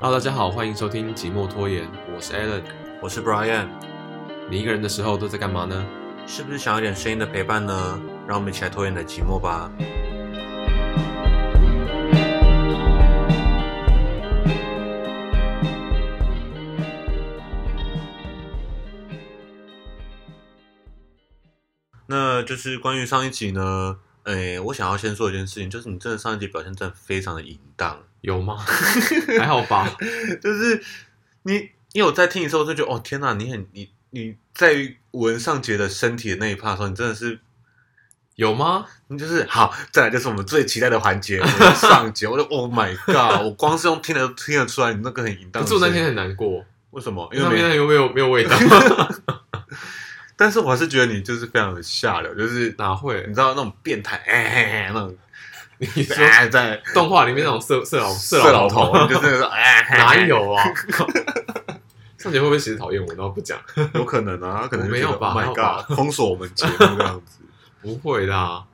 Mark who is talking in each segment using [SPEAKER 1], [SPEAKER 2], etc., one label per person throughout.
[SPEAKER 1] Hello，大家好，欢迎收听《寂寞拖延》，我是 Alan。
[SPEAKER 2] 我是 Brian，
[SPEAKER 1] 你一个人的时候都在干嘛呢？
[SPEAKER 2] 是不是想要点声音的陪伴呢？让我们一起来拖延你的寂寞吧。那就是关于上一集呢，诶，我想要先说一件事情，就是你真的上一集表现真的非常的淫荡，
[SPEAKER 1] 有 吗？还好吧。
[SPEAKER 2] 就是你，因为我在听的时候，我就觉得哦，天哪，你很你你在闻上杰的身体的那一趴的时候，你真的是
[SPEAKER 1] 有吗？
[SPEAKER 2] 你就是好，再来就是我们最期待的环节，我 们的上节。我就 Oh my God！我光是用听得听得出来，你那个很淫荡
[SPEAKER 1] 可
[SPEAKER 2] 的
[SPEAKER 1] 是
[SPEAKER 2] 声
[SPEAKER 1] 我
[SPEAKER 2] 音。
[SPEAKER 1] 那天很难过，
[SPEAKER 2] 为什么？
[SPEAKER 1] 因
[SPEAKER 2] 因
[SPEAKER 1] 为
[SPEAKER 2] 为
[SPEAKER 1] 那
[SPEAKER 2] 没，
[SPEAKER 1] 天有没有没有 味道？
[SPEAKER 2] 但是我还是觉得你就是非常的下流，就是
[SPEAKER 1] 哪会
[SPEAKER 2] 你？知道那种变态，哎、哎哎那种
[SPEAKER 1] 你说
[SPEAKER 2] 哎在
[SPEAKER 1] 动画里面那种色色老
[SPEAKER 2] 色老
[SPEAKER 1] 头
[SPEAKER 2] 头，就是那种哎，哎
[SPEAKER 1] 哪？有 啊？上姐会不会其实讨厌我，然后不讲？
[SPEAKER 2] 哎有可能啊，他可能就觉得
[SPEAKER 1] 没有吧
[SPEAKER 2] Oh
[SPEAKER 1] 没有吧
[SPEAKER 2] my God！封锁我们节目这样子。
[SPEAKER 1] 不会啦，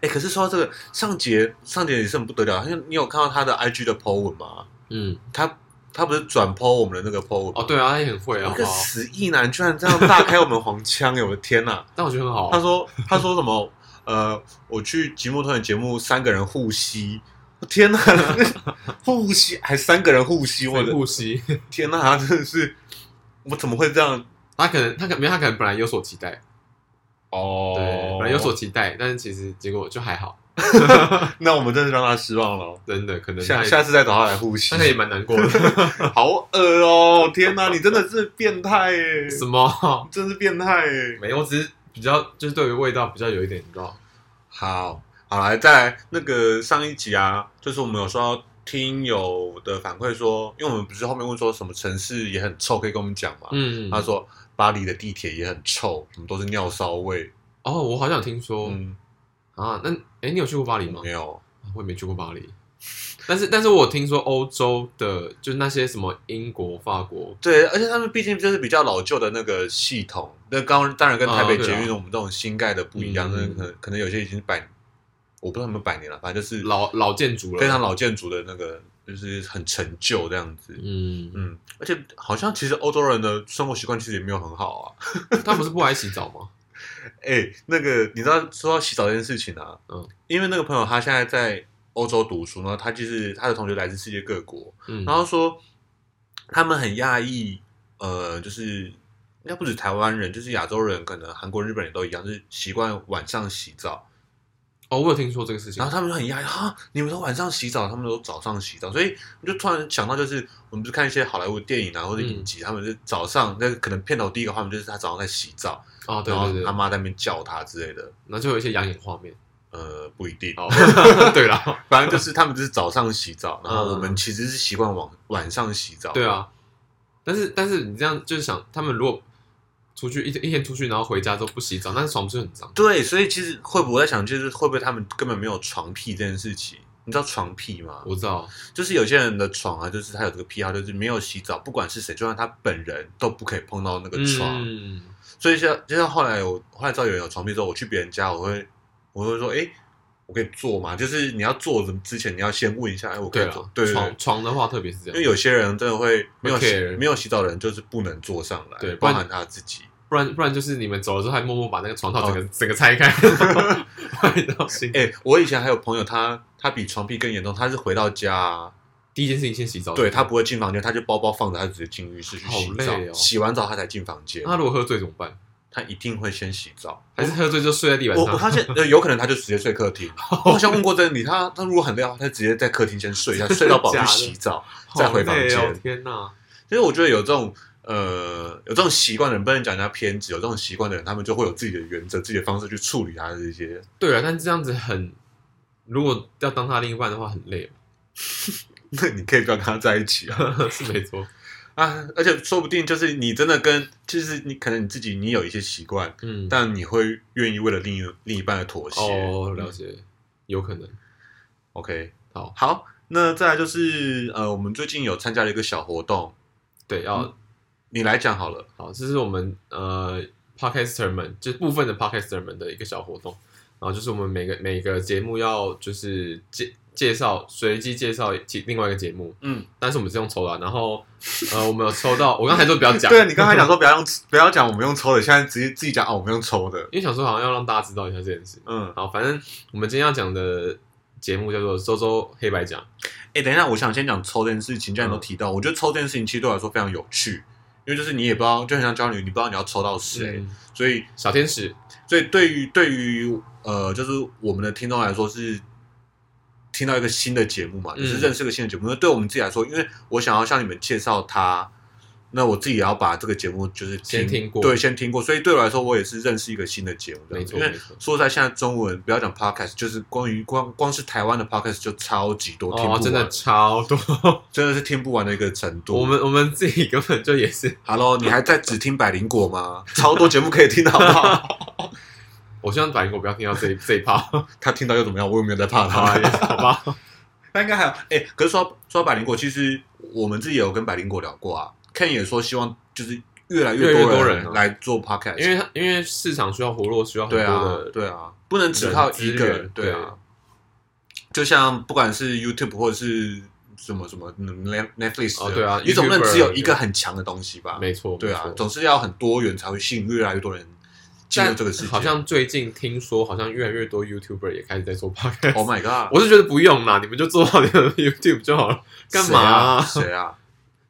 [SPEAKER 2] 哎、可是说到这个上节，上节也是很不得了，因为你有看到他的 IG 的 po 文吗？
[SPEAKER 1] 嗯，
[SPEAKER 2] 他他不是转 po 我们的那个 po 文吗
[SPEAKER 1] 哦，对啊，他也很会，好
[SPEAKER 2] 一
[SPEAKER 1] 不
[SPEAKER 2] 个
[SPEAKER 1] 好？
[SPEAKER 2] 死意男居然这样大开我们黄腔，哎我的天呐、
[SPEAKER 1] 但我觉得很好
[SPEAKER 2] 他，说他说什么？呃，我去寂寞团的节目，三个人互吸，我天呐， 互吸还三个人互吸，我
[SPEAKER 1] 会
[SPEAKER 2] 的
[SPEAKER 1] 呼吸。
[SPEAKER 2] 天呐，他真的是，我怎么会这样？
[SPEAKER 1] 他可能他可没有他可能本来有所期待，
[SPEAKER 2] 哦
[SPEAKER 1] 对，本来有所期待，但是其实结果就还好，
[SPEAKER 2] 那我们真是让他失望了。
[SPEAKER 1] 真的可能
[SPEAKER 2] 下
[SPEAKER 1] 他也
[SPEAKER 2] 下次再找他来互吸
[SPEAKER 1] 那，个也蛮难过的。
[SPEAKER 2] 好恶哦！天呐，你真的是变态耶，
[SPEAKER 1] 什么？
[SPEAKER 2] 真是变态耶！
[SPEAKER 1] 没有，我只是比较就是对于味道比较有一点，你知道？
[SPEAKER 2] 好，好来，再来那个上一集啊，就是我们有说到听友的反馈说，因为我们不是后面问说什么城市也很臭，可以跟我们讲嘛？
[SPEAKER 1] 嗯，
[SPEAKER 2] 他说巴黎的地铁也很臭，什么都是尿骚味。
[SPEAKER 1] 哦，我好像有听说、
[SPEAKER 2] 嗯，
[SPEAKER 1] 啊，那哎，你有去过巴黎吗？
[SPEAKER 2] 没有，
[SPEAKER 1] 我也没去过巴黎，但是但是我听说欧洲的，就是那些什么英国、法国，
[SPEAKER 2] 对，而且他们毕竟就是比较老旧的那个系统，那刚当然跟台北
[SPEAKER 1] 啊对
[SPEAKER 2] 捷
[SPEAKER 1] 啊
[SPEAKER 2] 运我们这种新盖的不一样，
[SPEAKER 1] 嗯
[SPEAKER 2] 那、可能可能有些已经百，我不知道有没有百年了，反正就是
[SPEAKER 1] 老老建筑了，
[SPEAKER 2] 非常老建筑的那个，就是很陈旧这样子。
[SPEAKER 1] 嗯，
[SPEAKER 2] 嗯，而且好像其实欧洲人的生活习惯其实也没有很好啊。
[SPEAKER 1] 他不是不爱洗澡吗？
[SPEAKER 2] 哎、那个你知道说到洗澡这件事情啊，
[SPEAKER 1] 嗯，
[SPEAKER 2] 因为那个朋友他现在在欧洲读书呢，他就是他的同学来自世界各国，
[SPEAKER 1] 嗯，
[SPEAKER 2] 然后说他们很讶异，呃，就是应该不止台湾人，就是亚洲人，可能韩国、日本人都一样，就是习惯晚上洗澡。
[SPEAKER 1] 哦，我有听说这个事情
[SPEAKER 2] 然，后他们就很压抑啊，你们都晚上洗澡，他们都早上洗澡，所以我就突然想到，就是我们不是看一些好莱坞电影啊或者
[SPEAKER 1] 嗯
[SPEAKER 2] 影集，他们是早上那可能片头第一个画面就是他早上在洗澡，
[SPEAKER 1] 哦，对
[SPEAKER 2] 然
[SPEAKER 1] 对
[SPEAKER 2] 后
[SPEAKER 1] 对，
[SPEAKER 2] 他
[SPEAKER 1] 然
[SPEAKER 2] 妈在那边叫他之类的，
[SPEAKER 1] 后就有一些养眼画面，
[SPEAKER 2] 呃，不一定，
[SPEAKER 1] 哦， 对啦，
[SPEAKER 2] 反正就是他们就是早上洗澡，然
[SPEAKER 1] 嗯
[SPEAKER 2] 后我们其实是习惯晚晚上洗澡，
[SPEAKER 1] 对，啊，但是但是你这样就是想，他们如果出去一天一天出去，然后回家都不洗澡，那床不是很脏？
[SPEAKER 2] 对，所以其实会不会我在想，就是会不会他们根本没有床癖这件事情？你知道床癖吗？
[SPEAKER 1] 我知道，
[SPEAKER 2] 就是有些人的床啊，就是他有这个癖好，就是没有洗澡，不管是谁，就算他本人都不可以碰到那个床。
[SPEAKER 1] 嗯，
[SPEAKER 2] 所以像就像后来我后来知道有人有床癖之后，我去别人家，我会我会说，哎、我可以坐嘛？就是你要坐之前，你要先问一下，哎、我可
[SPEAKER 1] 对
[SPEAKER 2] 以
[SPEAKER 1] 了
[SPEAKER 2] 坐？，对对对
[SPEAKER 1] 床，床的话特别是这
[SPEAKER 2] 因
[SPEAKER 1] 样，
[SPEAKER 2] 为有些人真的会没有洗
[SPEAKER 1] care
[SPEAKER 2] 没有洗澡的人，就是不能坐上来，
[SPEAKER 1] 对不
[SPEAKER 2] 包
[SPEAKER 1] 然
[SPEAKER 2] 含他自己。
[SPEAKER 1] 不然不然就是你们走了之后还默默把那个床套整个、整个拆开， 换到新。
[SPEAKER 2] 哦 哎、我以前还有朋友他，他比床癖更严重，他是回到家、啊，
[SPEAKER 1] 第一件事情先洗澡，
[SPEAKER 2] 对他不会进房间，他就包包放着，他就直接进浴室去洗澡，
[SPEAKER 1] 哦好累哦
[SPEAKER 2] 洗完澡他才进房间
[SPEAKER 1] 那，他如果喝醉怎么办？
[SPEAKER 2] 他一定会先洗澡。
[SPEAKER 1] 还是喝醉就睡在地板
[SPEAKER 2] 我我
[SPEAKER 1] 上？
[SPEAKER 2] 发现呃，有可能他就直接睡客厅。我好像问过这个你，他他如果很累的话，他直接在客厅先睡一下，睡到饱去洗澡。
[SPEAKER 1] 好累
[SPEAKER 2] 再回房间
[SPEAKER 1] 哦！天哪，
[SPEAKER 2] 其实我觉得有这种呃有这种习惯的人，不能讲人家偏执，有这种习惯的人，他们就会有自己的原则、自己的方式去处理他的这些。
[SPEAKER 1] 对啊，但这样子很，如果要当他另一半的话，很累，
[SPEAKER 2] 那你可以不要跟他在一起啊
[SPEAKER 1] 是没错。
[SPEAKER 2] 啊！而且说不定就是你真的跟，就是你可能你自己你有一些习惯，
[SPEAKER 1] 嗯，
[SPEAKER 2] 但你会愿意为了另一另一半的妥协。
[SPEAKER 1] 哦，了解，有可能。
[SPEAKER 2] OK，
[SPEAKER 1] 好
[SPEAKER 2] 好，那再来就是呃，我们最近有参加了一个小活动，
[SPEAKER 1] 对，要
[SPEAKER 2] 你来讲好了。
[SPEAKER 1] 好，这是我们呃 podcaster 们，就是部分的 podcaster 们的一个小活动。然后就是我们每个每个节目要就是介介绍随机介绍其另外一个节目，
[SPEAKER 2] 嗯，
[SPEAKER 1] 但是我们是用抽的，然后呃我们有抽到，我刚才说不要 讲，
[SPEAKER 2] 对啊你刚才讲说不要用不要讲我们用抽的，现在直接自己讲啊，我们用抽的，
[SPEAKER 1] 因为想说好像要让大家知道一下这件事。
[SPEAKER 2] 嗯，
[SPEAKER 1] 好，反正我们今天要讲的节目叫做《周周黑白讲》，
[SPEAKER 2] 哎，等一下，我想先讲抽这件事情，既然你都
[SPEAKER 1] 嗯
[SPEAKER 2] 提到，我觉得抽这件事情其实对我来说非常有趣，因为就是你也不知道，就很像交流，你不知道你要抽到谁，
[SPEAKER 1] 嗯
[SPEAKER 2] 所以
[SPEAKER 1] 小天使，
[SPEAKER 2] 所以对于对于呃，就是我们的听众来说是听到一个新的节目嘛，
[SPEAKER 1] 嗯
[SPEAKER 2] 就是认识一个新的节目。那对我们自己来说，因为我想要向你们介绍它，那我自己也要把这个节目就是
[SPEAKER 1] 先听过
[SPEAKER 2] 对，先听过。所以对我来说，我也是认识一个新的节目。
[SPEAKER 1] 没错
[SPEAKER 2] 因为
[SPEAKER 1] 没错
[SPEAKER 2] 说实在，现在中文不要讲 podcast，就是关于光光是台湾的 podcast 就超级多，听
[SPEAKER 1] 哦，
[SPEAKER 2] 不完，
[SPEAKER 1] 真的超多，
[SPEAKER 2] 真的是听不完的一个程度。
[SPEAKER 1] 我们我们自己根本就也是，
[SPEAKER 2] Hello，你还在只听百灵果吗？超多节目可以听，好不 好？
[SPEAKER 1] 我希望百灵果不要听到这一这一 趴，好
[SPEAKER 2] 他听到又怎么样？我也没有在怕他。
[SPEAKER 1] 哦吧，也好吧，
[SPEAKER 2] 那应该还有，哎、可是说到说到百灵果，其实我们自己也有跟百灵果聊过啊。Ken 也说希望就是越来
[SPEAKER 1] 越来越
[SPEAKER 2] 多
[SPEAKER 1] 多人啊
[SPEAKER 2] 来做 podcast，
[SPEAKER 1] 因为它因为市场需要活络，需要很
[SPEAKER 2] 对
[SPEAKER 1] 多
[SPEAKER 2] 啊
[SPEAKER 1] 的，
[SPEAKER 2] 对啊，不能只靠一个
[SPEAKER 1] 人资源
[SPEAKER 2] 人，对啊。就像不管是 YouTube 或者是什么什么嗯 Net- Netflix，
[SPEAKER 1] 哦对啊
[SPEAKER 2] 你总不能
[SPEAKER 1] YouTuber
[SPEAKER 2] 只有一个很强的东西吧？
[SPEAKER 1] 没错，
[SPEAKER 2] 对
[SPEAKER 1] 没
[SPEAKER 2] 啊
[SPEAKER 1] 错，
[SPEAKER 2] 总是要很多元才会吸引越来越多人进入
[SPEAKER 1] 但
[SPEAKER 2] 这个世界。
[SPEAKER 1] 好像最近听说，好像越来越多 YouTuber 也开始在做 podcast。
[SPEAKER 2] Oh my God，
[SPEAKER 1] 我是觉得不用啦，你们就做好你们的 YouTube 就好了，干嘛啊、
[SPEAKER 2] 谁啊？谁啊？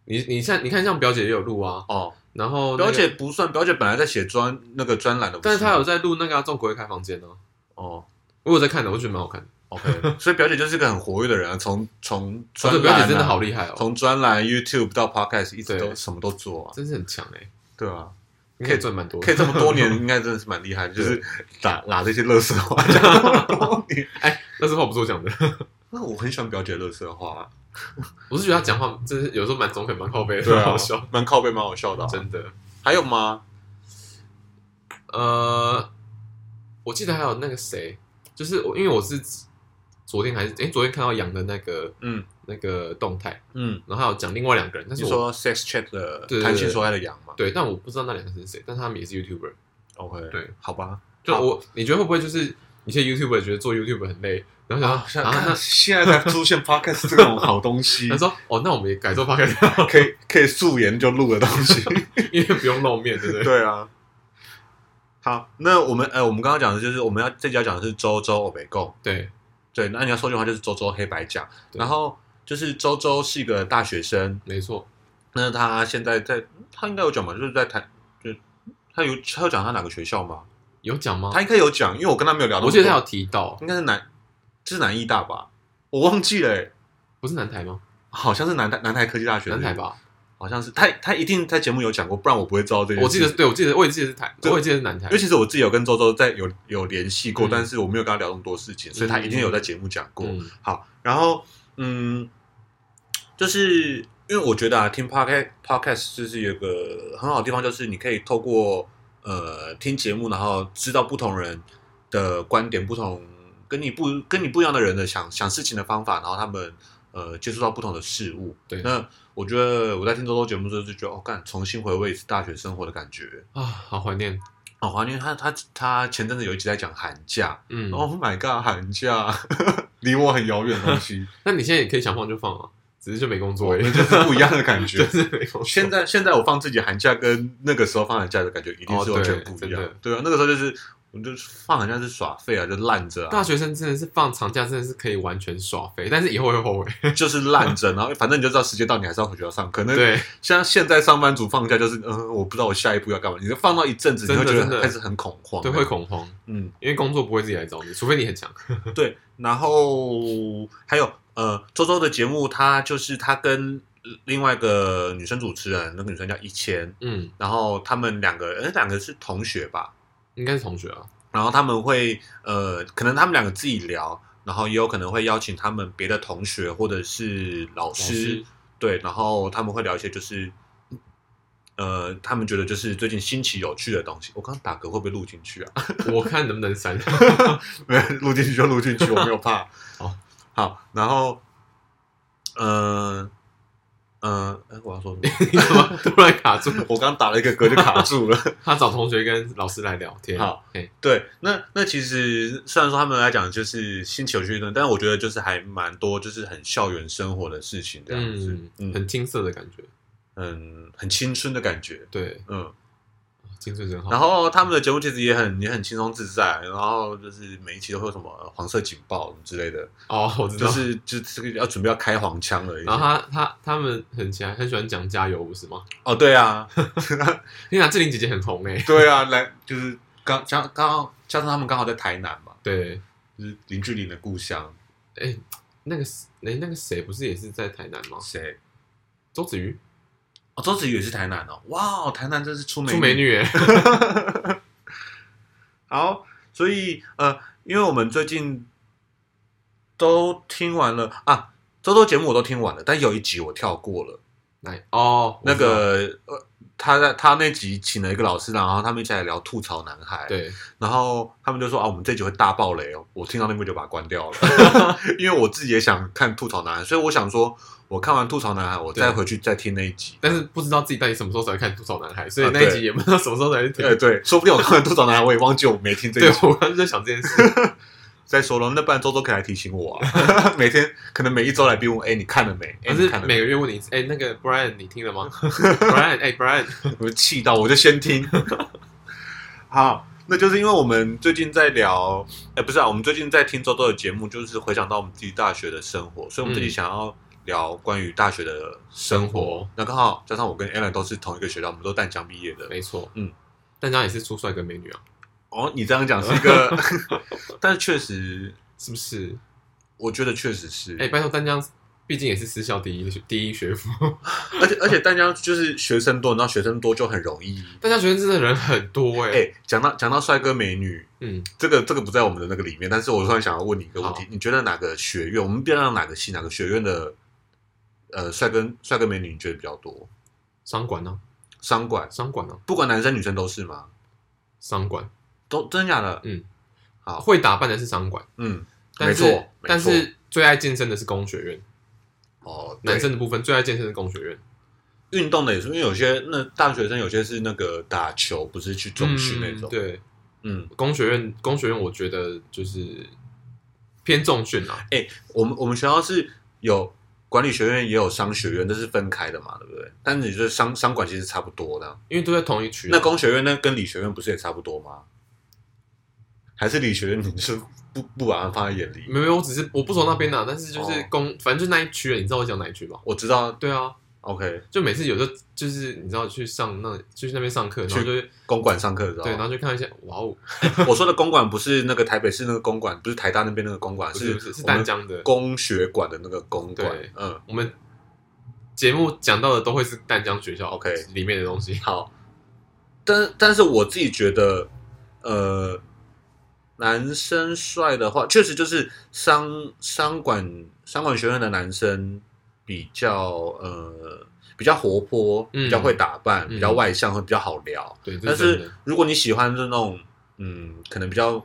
[SPEAKER 1] 你你像你看，像表姐也有录啊，
[SPEAKER 2] 哦，
[SPEAKER 1] 然后、
[SPEAKER 2] 表，姐不算，表姐本来在写专那个专栏的，
[SPEAKER 1] 但是她
[SPEAKER 2] 不
[SPEAKER 1] 有
[SPEAKER 2] 吗
[SPEAKER 1] 在录那个、啊《中国会开房间》呢，
[SPEAKER 2] 哦。
[SPEAKER 1] 我有在看的，我觉得蛮好看的。
[SPEAKER 2] OK，所以表姐就是个很活跃的人啊，从从
[SPEAKER 1] 我
[SPEAKER 2] 专
[SPEAKER 1] 的哦
[SPEAKER 2] 栏、啊
[SPEAKER 1] 表姐真的好，厉害哦，
[SPEAKER 2] 从专栏 YouTube 到 Podcast，一直
[SPEAKER 1] 对
[SPEAKER 2] 都什么都做啊，
[SPEAKER 1] 真是很强哎、
[SPEAKER 2] 对啊，
[SPEAKER 1] 应该也赚蛮多的。
[SPEAKER 2] 可以这么多 年，应该真的是蛮厉害的，就是打 打这些乐色话，讲那么多年。
[SPEAKER 1] 那是话不是我讲的，
[SPEAKER 2] 那我很喜欢表姐的乐色话啊，
[SPEAKER 1] 我是觉得她讲话真是有时候蛮中肯、蛮靠背的，蛮好笑，，
[SPEAKER 2] 蛮靠背，蛮好啊笑的啊。
[SPEAKER 1] 真的。
[SPEAKER 2] 还有吗？
[SPEAKER 1] 呃，我记得还有那个谁，就是我，因为我是昨天还是诶，昨天看到杨的那个
[SPEAKER 2] 嗯
[SPEAKER 1] 那个动态，
[SPEAKER 2] 嗯，
[SPEAKER 1] 然后还有讲另外两个人，但
[SPEAKER 2] 你
[SPEAKER 1] 是我
[SPEAKER 2] 说 Sex Chat 的
[SPEAKER 1] 对对对
[SPEAKER 2] 谈情说爱的羊嘛
[SPEAKER 1] 对，但我不知道那两个是谁，但是他们也是 YouTuber。
[SPEAKER 2] ？OK，
[SPEAKER 1] 对，
[SPEAKER 2] 好吧。
[SPEAKER 1] 就
[SPEAKER 2] 好
[SPEAKER 1] 我，你觉得会不会就是一些 YouTuber 觉得做 YouTuber 很累，然后
[SPEAKER 2] 啊，
[SPEAKER 1] 想
[SPEAKER 2] 现
[SPEAKER 1] 到啊
[SPEAKER 2] 在
[SPEAKER 1] 那
[SPEAKER 2] 现在才出现 Podcast 这种好东西
[SPEAKER 1] 他，说哦，那我们也改做 podcast，
[SPEAKER 2] 可以可以素颜就录的东西。
[SPEAKER 1] 因为不用露面，对不对？
[SPEAKER 2] 对啊。好，那我们呃，我们刚刚讲的就是我们要这集要讲的是周周欧北共，
[SPEAKER 1] 对
[SPEAKER 2] 对，那你要说句话就是周周黑白讲，
[SPEAKER 1] 对
[SPEAKER 2] 然后就是周周是一个大学生，
[SPEAKER 1] 没错，
[SPEAKER 2] 那他现在在，他应该有讲吧，就是在台，就他有他有讲他哪个学校吗？
[SPEAKER 1] 有讲吗
[SPEAKER 2] 他？应该有讲，因为我跟他没有聊那
[SPEAKER 1] 我
[SPEAKER 2] 么
[SPEAKER 1] 记
[SPEAKER 2] 多，
[SPEAKER 1] 得他有提到，
[SPEAKER 2] 应该是南，这是南医大吧？我忘记了、欸，
[SPEAKER 1] 不是南台吗？
[SPEAKER 2] 好像是南台南台科技大学，
[SPEAKER 1] 南台，吧，
[SPEAKER 2] 好像是他他一定在节目有讲过，不然我不会知道这件事。
[SPEAKER 1] 我记得，对我记得，我也记得是台，
[SPEAKER 2] 对
[SPEAKER 1] 我也记得是南台
[SPEAKER 2] 因为。其实我自己有跟周周在有有联系过，
[SPEAKER 1] 嗯
[SPEAKER 2] 但是我没有跟他聊那么多事情，所以他一定有在节目讲过。
[SPEAKER 1] 嗯，
[SPEAKER 2] 好，然后嗯，就是因为我觉得啊，听 podcast podcast 就是有个很好的地方，就是你可以透过呃听节目，然后知道不同人的观点，不同跟你不跟你不一样的人的想想事情的方法，然后他们呃接触到不同的事物。
[SPEAKER 1] 对
[SPEAKER 2] 那我觉得我在听周周节目之后就觉得，哦，干，重新回味一次大学生活的感觉。
[SPEAKER 1] 啊，好怀念。
[SPEAKER 2] 哦，黄俊他他他前阵子有一集在讲寒假、
[SPEAKER 1] 嗯，
[SPEAKER 2] o h my god，寒假 离我很遥远的东西，
[SPEAKER 1] 那你现在也可以想放就放啊，只是就没工作
[SPEAKER 2] 我
[SPEAKER 1] 而已
[SPEAKER 2] 们，哦就是不一样的感
[SPEAKER 1] 就
[SPEAKER 2] 觉。
[SPEAKER 1] 是没工作。
[SPEAKER 2] 现在现在我放自己寒假跟那个时候放寒假的感觉一定是
[SPEAKER 1] 哦
[SPEAKER 2] 完全
[SPEAKER 1] 对
[SPEAKER 2] 不一
[SPEAKER 1] 真
[SPEAKER 2] 样，
[SPEAKER 1] 的
[SPEAKER 2] 对啊，那个时候就是我们就是放寒假是耍废啊，就烂着
[SPEAKER 1] 大
[SPEAKER 2] 啊，
[SPEAKER 1] 学生真的是放长假，真的是可以完全耍废，但是以后会后悔。
[SPEAKER 2] 就是烂着，然后反正你就知道时间到，你还是要回学校上课。那
[SPEAKER 1] 对，
[SPEAKER 2] 像现在上班族放假就是，嗯，我不知道我下一步要干嘛，你就放到一阵子，你会
[SPEAKER 1] 真的
[SPEAKER 2] 觉得
[SPEAKER 1] 真的
[SPEAKER 2] 很开始很恐慌，
[SPEAKER 1] 对，会，恐嗯慌，
[SPEAKER 2] 嗯。
[SPEAKER 1] 因为工作不会自己来找你，除非你很强。
[SPEAKER 2] 对，然后还有呃，周周的节目，他就是他跟另外一个女生主持人，那个女生叫一千，
[SPEAKER 1] 嗯，
[SPEAKER 2] 然后他们两个，呃，两个是同学吧，
[SPEAKER 1] 应该是同学啊。
[SPEAKER 2] 然后他们会呃，可能他们两个自己聊，然后也有可能会邀请他们别的同学或者是老
[SPEAKER 1] 老
[SPEAKER 2] 师，
[SPEAKER 1] 师
[SPEAKER 2] 对，然后他们会聊一些就是。呃，他们觉得就是最近新奇有趣的东西。我刚刚打嗝会不会录进去啊？
[SPEAKER 1] 我看能不能删。
[SPEAKER 2] 没有录进去就录 进去，我没有怕。
[SPEAKER 1] 好，
[SPEAKER 2] 好，然后，呃，嗯、呃，我要说什么？
[SPEAKER 1] 你怎么突然卡住？
[SPEAKER 2] 我刚打了一个嗝就卡住了。
[SPEAKER 1] 他找同学跟老师来聊天。
[SPEAKER 2] 好
[SPEAKER 1] 嘿，
[SPEAKER 2] 对，那那其实虽然说他们来讲就是新奇有趣的，但是我觉得就是还蛮多，就是很校园生活的事情这样子，
[SPEAKER 1] 嗯，
[SPEAKER 2] 嗯
[SPEAKER 1] 很青涩的感觉。
[SPEAKER 2] 嗯，很青春的感觉，
[SPEAKER 1] 对，
[SPEAKER 2] 嗯。
[SPEAKER 1] 青春真好。
[SPEAKER 2] 然后他们的节目其实也很也很轻松自在，然后就是每一期都会有什么呃黄色警报之类的，
[SPEAKER 1] 哦，我知
[SPEAKER 2] 就
[SPEAKER 1] 道。啊
[SPEAKER 2] 是就这个要准备要开黄腔了已经。
[SPEAKER 1] 然后他他他们很喜欢很喜欢讲加油，不是吗？
[SPEAKER 2] 哦，对 啊，
[SPEAKER 1] 天啊，志玲姐姐很红哎。
[SPEAKER 2] 对啊，来就是刚加刚好加上他们刚好在台南嘛，
[SPEAKER 1] 对，
[SPEAKER 2] 就是林志玲的故乡，
[SPEAKER 1] 哎，那个哎那个谁不是也是在台南吗？
[SPEAKER 2] 谁？
[SPEAKER 1] 周子瑜，
[SPEAKER 2] 哦，周子瑜也是台南哦，哇哦，台南真是出美
[SPEAKER 1] 出美。女哎。
[SPEAKER 2] 好，所以呃，因为我们最近都听完了啊，周周节目我都听完了，但有一集我跳过了，
[SPEAKER 1] 来哦，我
[SPEAKER 2] 那
[SPEAKER 1] 知道
[SPEAKER 2] 个呃，他在他那集请了一个老师，然后他们一起来聊吐槽男孩，，
[SPEAKER 1] 对，
[SPEAKER 2] 然后他们就说啊，我们这集会大爆雷哦，我听到那边就把它关 掉了，因为我自己也想看吐槽男孩，所以我想说，我看完吐槽男孩，我再
[SPEAKER 1] 对
[SPEAKER 2] 回去再听那一集。
[SPEAKER 1] 但是不知道自己到底什么时候才会看《吐槽男孩》，所以
[SPEAKER 2] 啊
[SPEAKER 1] 那一
[SPEAKER 2] 对
[SPEAKER 1] 集也不知道什么时候才会听
[SPEAKER 2] 呃，。对，说不定我看完吐槽男孩，我也忘记我没听这一
[SPEAKER 1] 对
[SPEAKER 2] 集。，
[SPEAKER 1] 我刚刚就在想这件事。
[SPEAKER 2] 再说了，那不然周周可以来提醒我 啊， 每天可能每一周来逼问，哎、你看了没？
[SPEAKER 1] 可
[SPEAKER 2] 哎、你
[SPEAKER 1] 是
[SPEAKER 2] 看了没？
[SPEAKER 1] 每个月问你一次，哎，那个 Brian 你听了 吗？Brian，哎，Brian，
[SPEAKER 2] 我就气到我就先听。 好，那就是因为我们最近在聊，哎、不是啊，我们最近在听周周的节目，就是回想到我们自己大学的生活，所以我们自己
[SPEAKER 1] 嗯
[SPEAKER 2] 想要聊关于大学的生
[SPEAKER 1] 生
[SPEAKER 2] 活。
[SPEAKER 1] 活
[SPEAKER 2] 那刚好加上我跟 Alan 都是同一个学校，我们都淡江毕业的。
[SPEAKER 1] 没错，
[SPEAKER 2] 嗯，
[SPEAKER 1] 但这样也是出帅哥美女啊，
[SPEAKER 2] 哦，你这样讲是一 个，但是确实，
[SPEAKER 1] 是不是？
[SPEAKER 2] 我觉得确实是。
[SPEAKER 1] 哎，拜托，丹江毕竟也是私校第一学第一学府，
[SPEAKER 2] 而且而且淡江就是学生多，然后学生多就很容易。
[SPEAKER 1] 丹江学生真的人很多哎、
[SPEAKER 2] 哎、讲到讲到帅哥美女，
[SPEAKER 1] 嗯，
[SPEAKER 2] 这个这个不在我们的那个里面，但是我突然想要问你一个问题
[SPEAKER 1] 好：
[SPEAKER 2] 你觉得哪个学院，我们变到哪个系、哪个学院的呃帅哥帅哥美女你觉得比较多？
[SPEAKER 1] 商管呢、
[SPEAKER 2] 商管
[SPEAKER 1] 啊，，商管呢、啊，
[SPEAKER 2] 不管男生女生都是吗？
[SPEAKER 1] 商管
[SPEAKER 2] 都真假的？
[SPEAKER 1] 嗯，
[SPEAKER 2] 好，
[SPEAKER 1] 会打扮的是商管，
[SPEAKER 2] 嗯，
[SPEAKER 1] 但是
[SPEAKER 2] 没错没
[SPEAKER 1] 但
[SPEAKER 2] 错
[SPEAKER 1] 是最爱健身的是工学院，
[SPEAKER 2] 哦，对
[SPEAKER 1] 男生的部分最爱健身的是工学院，
[SPEAKER 2] 运动的也是，因为有些那大学生有些是那个打球，不是去中训那种
[SPEAKER 1] 嗯，对，
[SPEAKER 2] 嗯。
[SPEAKER 1] 工学院工学院我觉得就是偏重训啊，
[SPEAKER 2] 哎、我们我们学校是有管理学院，也有商学院，这是分开的嘛，对不对？但你觉得商商管其实差不多的。
[SPEAKER 1] 因为都在同一区、啊，
[SPEAKER 2] 那工学院那跟理学院不是也差不多吗？还是理学院你是不不把它放在眼里？
[SPEAKER 1] 没有没有，我只是我不从那边啊，但是就是
[SPEAKER 2] 哦
[SPEAKER 1] 工，反正就那一区，啊你知道我讲哪一区吧？
[SPEAKER 2] 我知道
[SPEAKER 1] 对啊，
[SPEAKER 2] ，OK，
[SPEAKER 1] 就每次有时候就是你知道去上那去那边上课，然后
[SPEAKER 2] 去
[SPEAKER 1] 就会
[SPEAKER 2] 公馆上课的时候，
[SPEAKER 1] 对，然后就看一下，哇哦，
[SPEAKER 2] 我说的公馆不是那个台北市那个公馆，不是台大那边那个公馆，
[SPEAKER 1] 不是不是是
[SPEAKER 2] 我们
[SPEAKER 1] 淡江的
[SPEAKER 2] 工学馆的那个公
[SPEAKER 1] 对
[SPEAKER 2] 馆。嗯，
[SPEAKER 1] 我们节目讲到的都会是淡江学校
[SPEAKER 2] OK
[SPEAKER 1] 里面的东西。
[SPEAKER 2] 好，但但是我自己觉得，呃，男生帅的话，确实就是商商管商管学院的男生比较呃比较活泼，
[SPEAKER 1] 嗯
[SPEAKER 2] 比较会打扮，
[SPEAKER 1] 嗯
[SPEAKER 2] 比较外向，会比较好聊。
[SPEAKER 1] 对，这
[SPEAKER 2] 但
[SPEAKER 1] 是真
[SPEAKER 2] 是
[SPEAKER 1] 的
[SPEAKER 2] 如果你喜欢是那种嗯，可能比较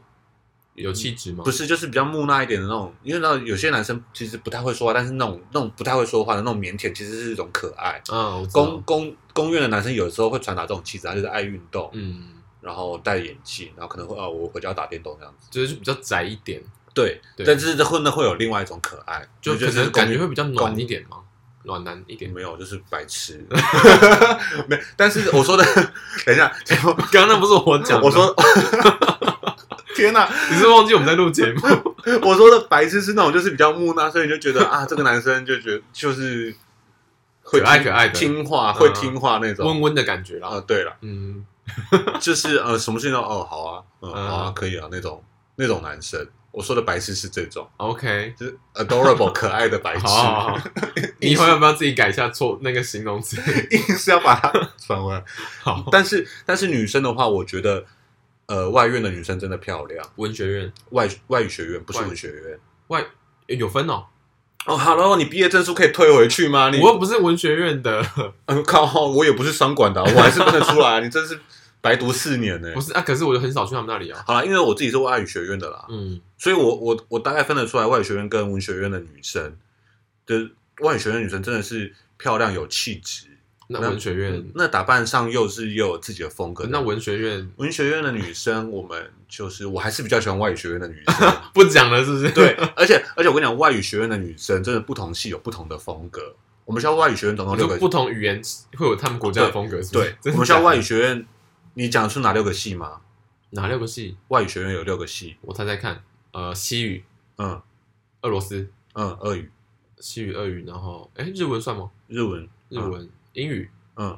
[SPEAKER 1] 有气质吗？
[SPEAKER 2] 不是，就是比较木讷一点的那种，因为那有些男生其实不太会说话，但是那种那种不太会说话的那种腼腆，其实是一种可爱。
[SPEAKER 1] 啊，我知道
[SPEAKER 2] 公公公院的男生有时候会传达这种气质，啊他就是爱运动，
[SPEAKER 1] 嗯，
[SPEAKER 2] 然后戴眼镜，然后可能会啊，我回家打电动这样子。
[SPEAKER 1] 就是比较窄一点，
[SPEAKER 2] 对，
[SPEAKER 1] 对
[SPEAKER 2] 但是这会那会有另外一种可爱，
[SPEAKER 1] 就
[SPEAKER 2] 我觉
[SPEAKER 1] 可
[SPEAKER 2] 得这是
[SPEAKER 1] 能感觉会比较暖
[SPEAKER 2] 公
[SPEAKER 1] 一点嘛，暖男一点。
[SPEAKER 2] 没有，就是 白痴。没，但是我说的， 等一下，我
[SPEAKER 1] 刚刚那不是我讲的，
[SPEAKER 2] 我说， 天哪、
[SPEAKER 1] 你是忘记我们在录 节目？
[SPEAKER 2] 我说的白痴是那种就是比较木讷，所以就觉得啊，这个男生就觉得就是会
[SPEAKER 1] 可爱
[SPEAKER 2] 听
[SPEAKER 1] 可爱的
[SPEAKER 2] 听话，
[SPEAKER 1] 嗯
[SPEAKER 2] 会听话那种。
[SPEAKER 1] 温温的感觉啦
[SPEAKER 2] 啊，。对了，
[SPEAKER 1] 嗯，
[SPEAKER 2] 就是呃，什么事情都哦，好啊，嗯，
[SPEAKER 1] 嗯
[SPEAKER 2] 好啊，可以啊，那种那种男生，我说的白痴是这种，
[SPEAKER 1] OK，
[SPEAKER 2] 就是 adorable 可爱的白痴，
[SPEAKER 1] 好好 好，你以后要不要自己改一下错那个形容词？
[SPEAKER 2] 硬是要把它 转回来。
[SPEAKER 1] 好，
[SPEAKER 2] 但是但是女生的话，我觉得呃，外院的女生真的漂亮，
[SPEAKER 1] 文学院
[SPEAKER 2] 外外语学院不是
[SPEAKER 1] 外
[SPEAKER 2] 文学院。
[SPEAKER 1] 外诶有分哦，
[SPEAKER 2] 哦哈喽，你毕业证书可以退回去吗？你
[SPEAKER 1] 我又不是文学院的，
[SPEAKER 2] 嗯靠，我也不是商管的啊，我还是分得出来啊。你真是白读四年呢、
[SPEAKER 1] 不是啊，可是我就很少去他们那里啊。
[SPEAKER 2] 好了，因为我自己是外语学院的啦，
[SPEAKER 1] 嗯，
[SPEAKER 2] 所以我我我大概分得出来外语学院跟文学院的女生，就是外语学院女生真的是漂亮、有气质，
[SPEAKER 1] 那文学院，
[SPEAKER 2] 那嗯打扮上又是又有自己的风格。
[SPEAKER 1] 那文学院
[SPEAKER 2] 文学院的女生，我们就是我还是比较喜欢外语学院的女生。
[SPEAKER 1] 不讲了，是不是？
[SPEAKER 2] 对，，而且而且我跟你讲，外语学院的女生真的不同系有不同的风格。我们学校外语学院总共
[SPEAKER 1] 我
[SPEAKER 2] 六
[SPEAKER 1] 就
[SPEAKER 2] 个
[SPEAKER 1] 不同语言会有他们国家的风格，是不
[SPEAKER 2] 对
[SPEAKER 1] 是？，真
[SPEAKER 2] 我
[SPEAKER 1] 的
[SPEAKER 2] 们
[SPEAKER 1] 假
[SPEAKER 2] 校
[SPEAKER 1] 的
[SPEAKER 2] 外语学院，你讲得出哪六个系吗？
[SPEAKER 1] 哪六个系？
[SPEAKER 2] 外语学院有六个系，
[SPEAKER 1] 我猜猜看，呃，西语、
[SPEAKER 2] 嗯
[SPEAKER 1] 俄罗斯、
[SPEAKER 2] 嗯，俄语、
[SPEAKER 1] 西语、俄语，然后哎，日文算吗？
[SPEAKER 2] 日文、
[SPEAKER 1] 日文、英语，
[SPEAKER 2] 嗯，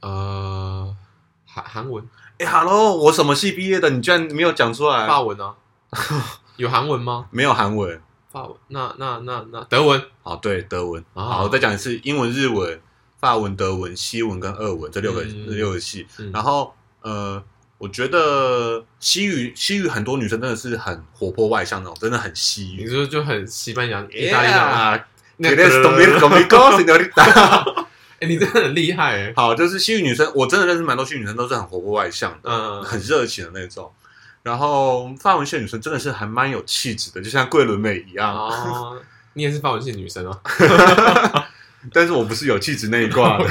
[SPEAKER 1] 呃，韩韩文、
[SPEAKER 2] 哎，Hello，我什么系毕业的？你居然没有讲出来？
[SPEAKER 1] 法文 啊？有韩文吗？
[SPEAKER 2] 没有韩文，
[SPEAKER 1] 法文？那那那那德文？
[SPEAKER 2] 哦，对，德文。
[SPEAKER 1] 啊
[SPEAKER 2] 好，我再讲一次，英文、日文、法文、德文、西文跟俄文这六个、
[SPEAKER 1] 嗯
[SPEAKER 2] 这六个系。
[SPEAKER 1] 嗯
[SPEAKER 2] 然后呃，我觉得西语西语很多女生真的是很活泼外向那种，真的很西
[SPEAKER 1] 你
[SPEAKER 2] 语。
[SPEAKER 1] 说就很西班牙、意大利那种。
[SPEAKER 2] 啊
[SPEAKER 1] 那
[SPEAKER 2] 那是懂没 懂没高 señorita
[SPEAKER 1] 哎，你真的很厉害哎。
[SPEAKER 2] 好，就是西语女生，我真的认识蛮多西语女生都是很活泼外向的，
[SPEAKER 1] 嗯，
[SPEAKER 2] 很热情的那种。然后法文系的女生真的是还蛮有气质的，就像桂纶镁一样。啊
[SPEAKER 1] 哦，你也是法文系的女生哦，
[SPEAKER 2] 但是我不是有气质那一挂的。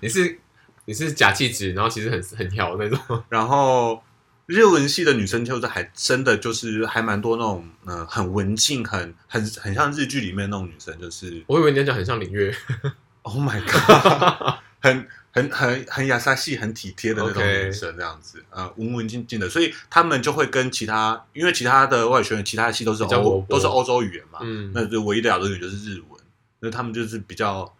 [SPEAKER 1] 你是你是假气质，然后其实很很调那种。
[SPEAKER 2] 然后日文系的女生就是还真的就是还蛮多那种，嗯、很文静，很很很像日剧里面那种女生，就是
[SPEAKER 1] 我以为你要讲很像林月
[SPEAKER 2] Oh my God，很 很很很雅莎系、很体贴的那种
[SPEAKER 1] OK
[SPEAKER 2] 女生这样子，呃，文文静静的，所以他们就会跟其他，因为其他的外语学院其他的系都是
[SPEAKER 1] 比较活
[SPEAKER 2] 欧
[SPEAKER 1] 泼
[SPEAKER 2] 都是欧洲语言嘛，
[SPEAKER 1] 嗯，
[SPEAKER 2] 那就唯一的亚洲语言就是日文，那他们就是比较。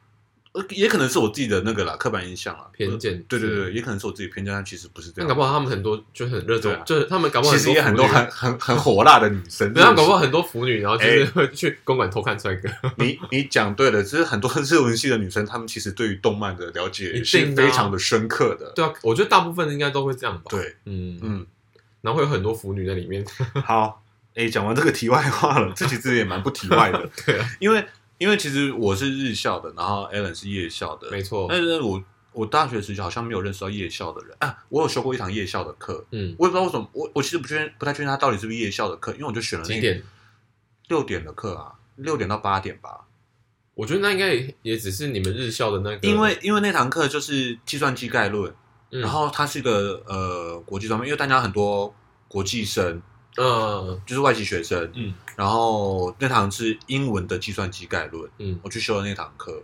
[SPEAKER 2] 呃也可能是我自己的那个啦，刻板印象啦，
[SPEAKER 1] 偏见
[SPEAKER 2] 对对对，也可能是我自己偏见，但其实不是这
[SPEAKER 1] 那
[SPEAKER 2] 样。
[SPEAKER 1] 搞不好他们很多就很热
[SPEAKER 2] 啊对啊
[SPEAKER 1] 衷，就是他们搞不好
[SPEAKER 2] 其实也很多
[SPEAKER 1] 腐女啊
[SPEAKER 2] 很很 很火辣的女生。
[SPEAKER 1] 对，他们啊搞不好
[SPEAKER 2] 是哎
[SPEAKER 1] 很多腐女，然后就是会去公馆偷看帅哥，
[SPEAKER 2] 不是你你讲对了，就是很多日文系的女生，她们其实对于动漫的了解
[SPEAKER 1] 一定
[SPEAKER 2] 是
[SPEAKER 1] 的啊
[SPEAKER 2] 非常的深刻的。
[SPEAKER 1] 对啊，我觉得大部分应该都会这样吧。，
[SPEAKER 2] 对，
[SPEAKER 1] 嗯嗯，
[SPEAKER 2] 嗯，
[SPEAKER 1] 然后会有很多腐女在里面，
[SPEAKER 2] 好，哎，讲完这个题外话了，这其实也蛮不题外的，
[SPEAKER 1] 对啊，
[SPEAKER 2] 因为因为其实我是日校的，然后 Alan 是夜校的，
[SPEAKER 1] 没错
[SPEAKER 2] 但，是我我大学时期好像没有认识到夜校的人啊，我有修过一堂夜校的课。
[SPEAKER 1] 嗯，
[SPEAKER 2] 我也不知道为什么，我我其实不确定，不太确定他到底是不是夜校的课，因为我就选了那
[SPEAKER 1] 几点？
[SPEAKER 2] 六点的课啊，六点到八点吧。
[SPEAKER 1] 我觉得那应该也也只是你们日校的那个，
[SPEAKER 2] 因为因为那堂课就是计算机概论，
[SPEAKER 1] 嗯
[SPEAKER 2] 然后它是一个呃国际专门，因为大家很多国际生
[SPEAKER 1] 嗯
[SPEAKER 2] 就是外籍学生，
[SPEAKER 1] 嗯
[SPEAKER 2] 然后那堂是英文的计算机概论，
[SPEAKER 1] 嗯，
[SPEAKER 2] 我去修了那堂课，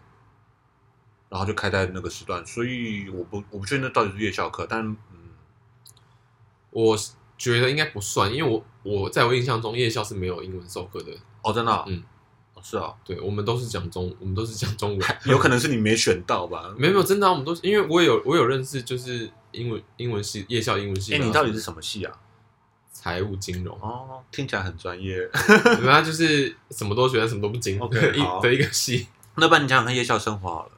[SPEAKER 2] 然后就开在那个时段，所以我不我不确定那到底是夜校课，但嗯
[SPEAKER 1] 我觉得应该不算，因为我我在我印象中夜校是没有英文授课的，
[SPEAKER 2] 哦真的、哦，
[SPEAKER 1] 嗯
[SPEAKER 2] 哦是哦，
[SPEAKER 1] 对我们都是讲中，我们都是讲中 文，
[SPEAKER 2] 有可能是你没选到 吧？
[SPEAKER 1] 没有没有真的啊、我们都是因为我有我有认识就是英文英文系夜校英文系
[SPEAKER 2] 哎、
[SPEAKER 1] 的啊，
[SPEAKER 2] 你到底是什么系啊？，
[SPEAKER 1] 财务金融
[SPEAKER 2] 哦，听起来很专业。
[SPEAKER 1] 人家就是什么都学，什么都不精
[SPEAKER 2] OK，
[SPEAKER 1] 的一
[SPEAKER 2] 好
[SPEAKER 1] 的一个系。
[SPEAKER 2] 那不然你讲讲看夜校生活好了。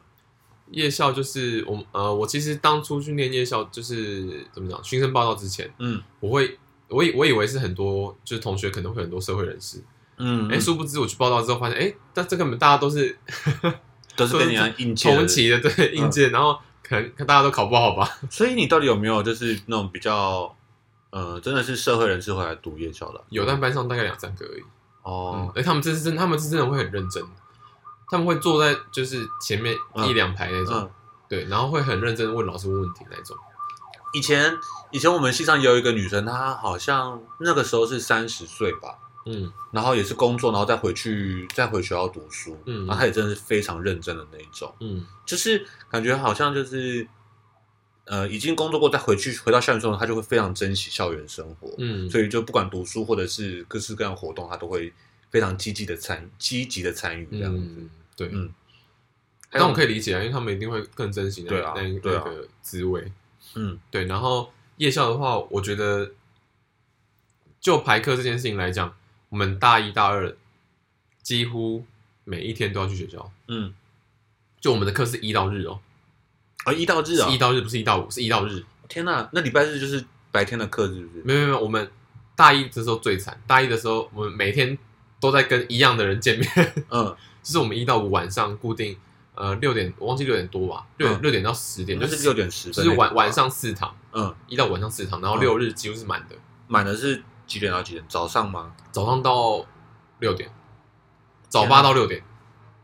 [SPEAKER 1] 夜校就是我呃，我其实当初去念夜校，就是怎么讲，新生报道之前，
[SPEAKER 2] 嗯
[SPEAKER 1] 我会我以我以为是很多就是同学可能会很多社会人士，
[SPEAKER 2] 嗯，
[SPEAKER 1] 哎、殊不知我去报道之后发现，哎，但这根本大家都是
[SPEAKER 2] 都是跟人家应届的
[SPEAKER 1] 同期的，
[SPEAKER 2] 嗯
[SPEAKER 1] 对应届，然后可能大家都考不好吧，
[SPEAKER 2] 所以你到底有没有就是那种比较，呃，真的是社会人士回来读夜校的？
[SPEAKER 1] 有但班上大概两三个而已。嗯
[SPEAKER 2] 哦，，
[SPEAKER 1] 哎，他们这是真，他们是真的会很认真，他们会坐在就是前面
[SPEAKER 2] 嗯
[SPEAKER 1] 一两排那种，
[SPEAKER 2] 嗯，
[SPEAKER 1] 对，然后会很认真地问老师问问题那种。
[SPEAKER 2] 以前以前我们系上也有一个女生，她好像那个时候是三十岁吧，
[SPEAKER 1] 嗯，
[SPEAKER 2] 然后也是工作，然后再回去再回学校读书，
[SPEAKER 1] 嗯
[SPEAKER 2] 然后她也真的是非常认真的那一种，
[SPEAKER 1] 嗯，
[SPEAKER 2] 就是感觉好像就是。呃，已经工作过再回去回到校园生活，她就会非常珍惜校园生活，
[SPEAKER 1] 嗯
[SPEAKER 2] 所以就不管读书或者是各式各样的活动，她都会非常积极的参积极的参与这样子。
[SPEAKER 1] 嗯，对，
[SPEAKER 2] 嗯还有
[SPEAKER 1] 但我可以理解啊，因为他们一定会更珍惜那
[SPEAKER 2] 对啊
[SPEAKER 1] 那
[SPEAKER 2] 对啊
[SPEAKER 1] 那个滋味。
[SPEAKER 2] 嗯，
[SPEAKER 1] 对，然后夜校的话，我觉得就排课这件事情来讲，我们大一大二几乎每一天都要去学校。
[SPEAKER 2] 嗯，
[SPEAKER 1] 就我们的课是一到日哦，
[SPEAKER 2] 啊，一到日啊
[SPEAKER 1] 是，一到日，不是一到五，是一到日。
[SPEAKER 2] 天哪，那礼拜日就是白天的课，是不是？
[SPEAKER 1] 没有没有没有，我们大一的时候最惨，大一的时候我们每天都在跟一样的人见面，
[SPEAKER 2] 嗯，
[SPEAKER 1] 就是我们一到五晚上固定，呃，六点我忘记六点多吧，六点六点到十点，
[SPEAKER 2] 就
[SPEAKER 1] 就是是
[SPEAKER 2] 嗯六点十
[SPEAKER 1] 就
[SPEAKER 2] 分，
[SPEAKER 1] 是晚晚，上四堂，
[SPEAKER 2] 嗯，
[SPEAKER 1] 一到晚上四堂，然后
[SPEAKER 2] 嗯
[SPEAKER 1] 六日几乎是满的，
[SPEAKER 2] 满的是几点到几点？早上吗？
[SPEAKER 1] 早上到六点，早
[SPEAKER 2] 天啊
[SPEAKER 1] 八到六点，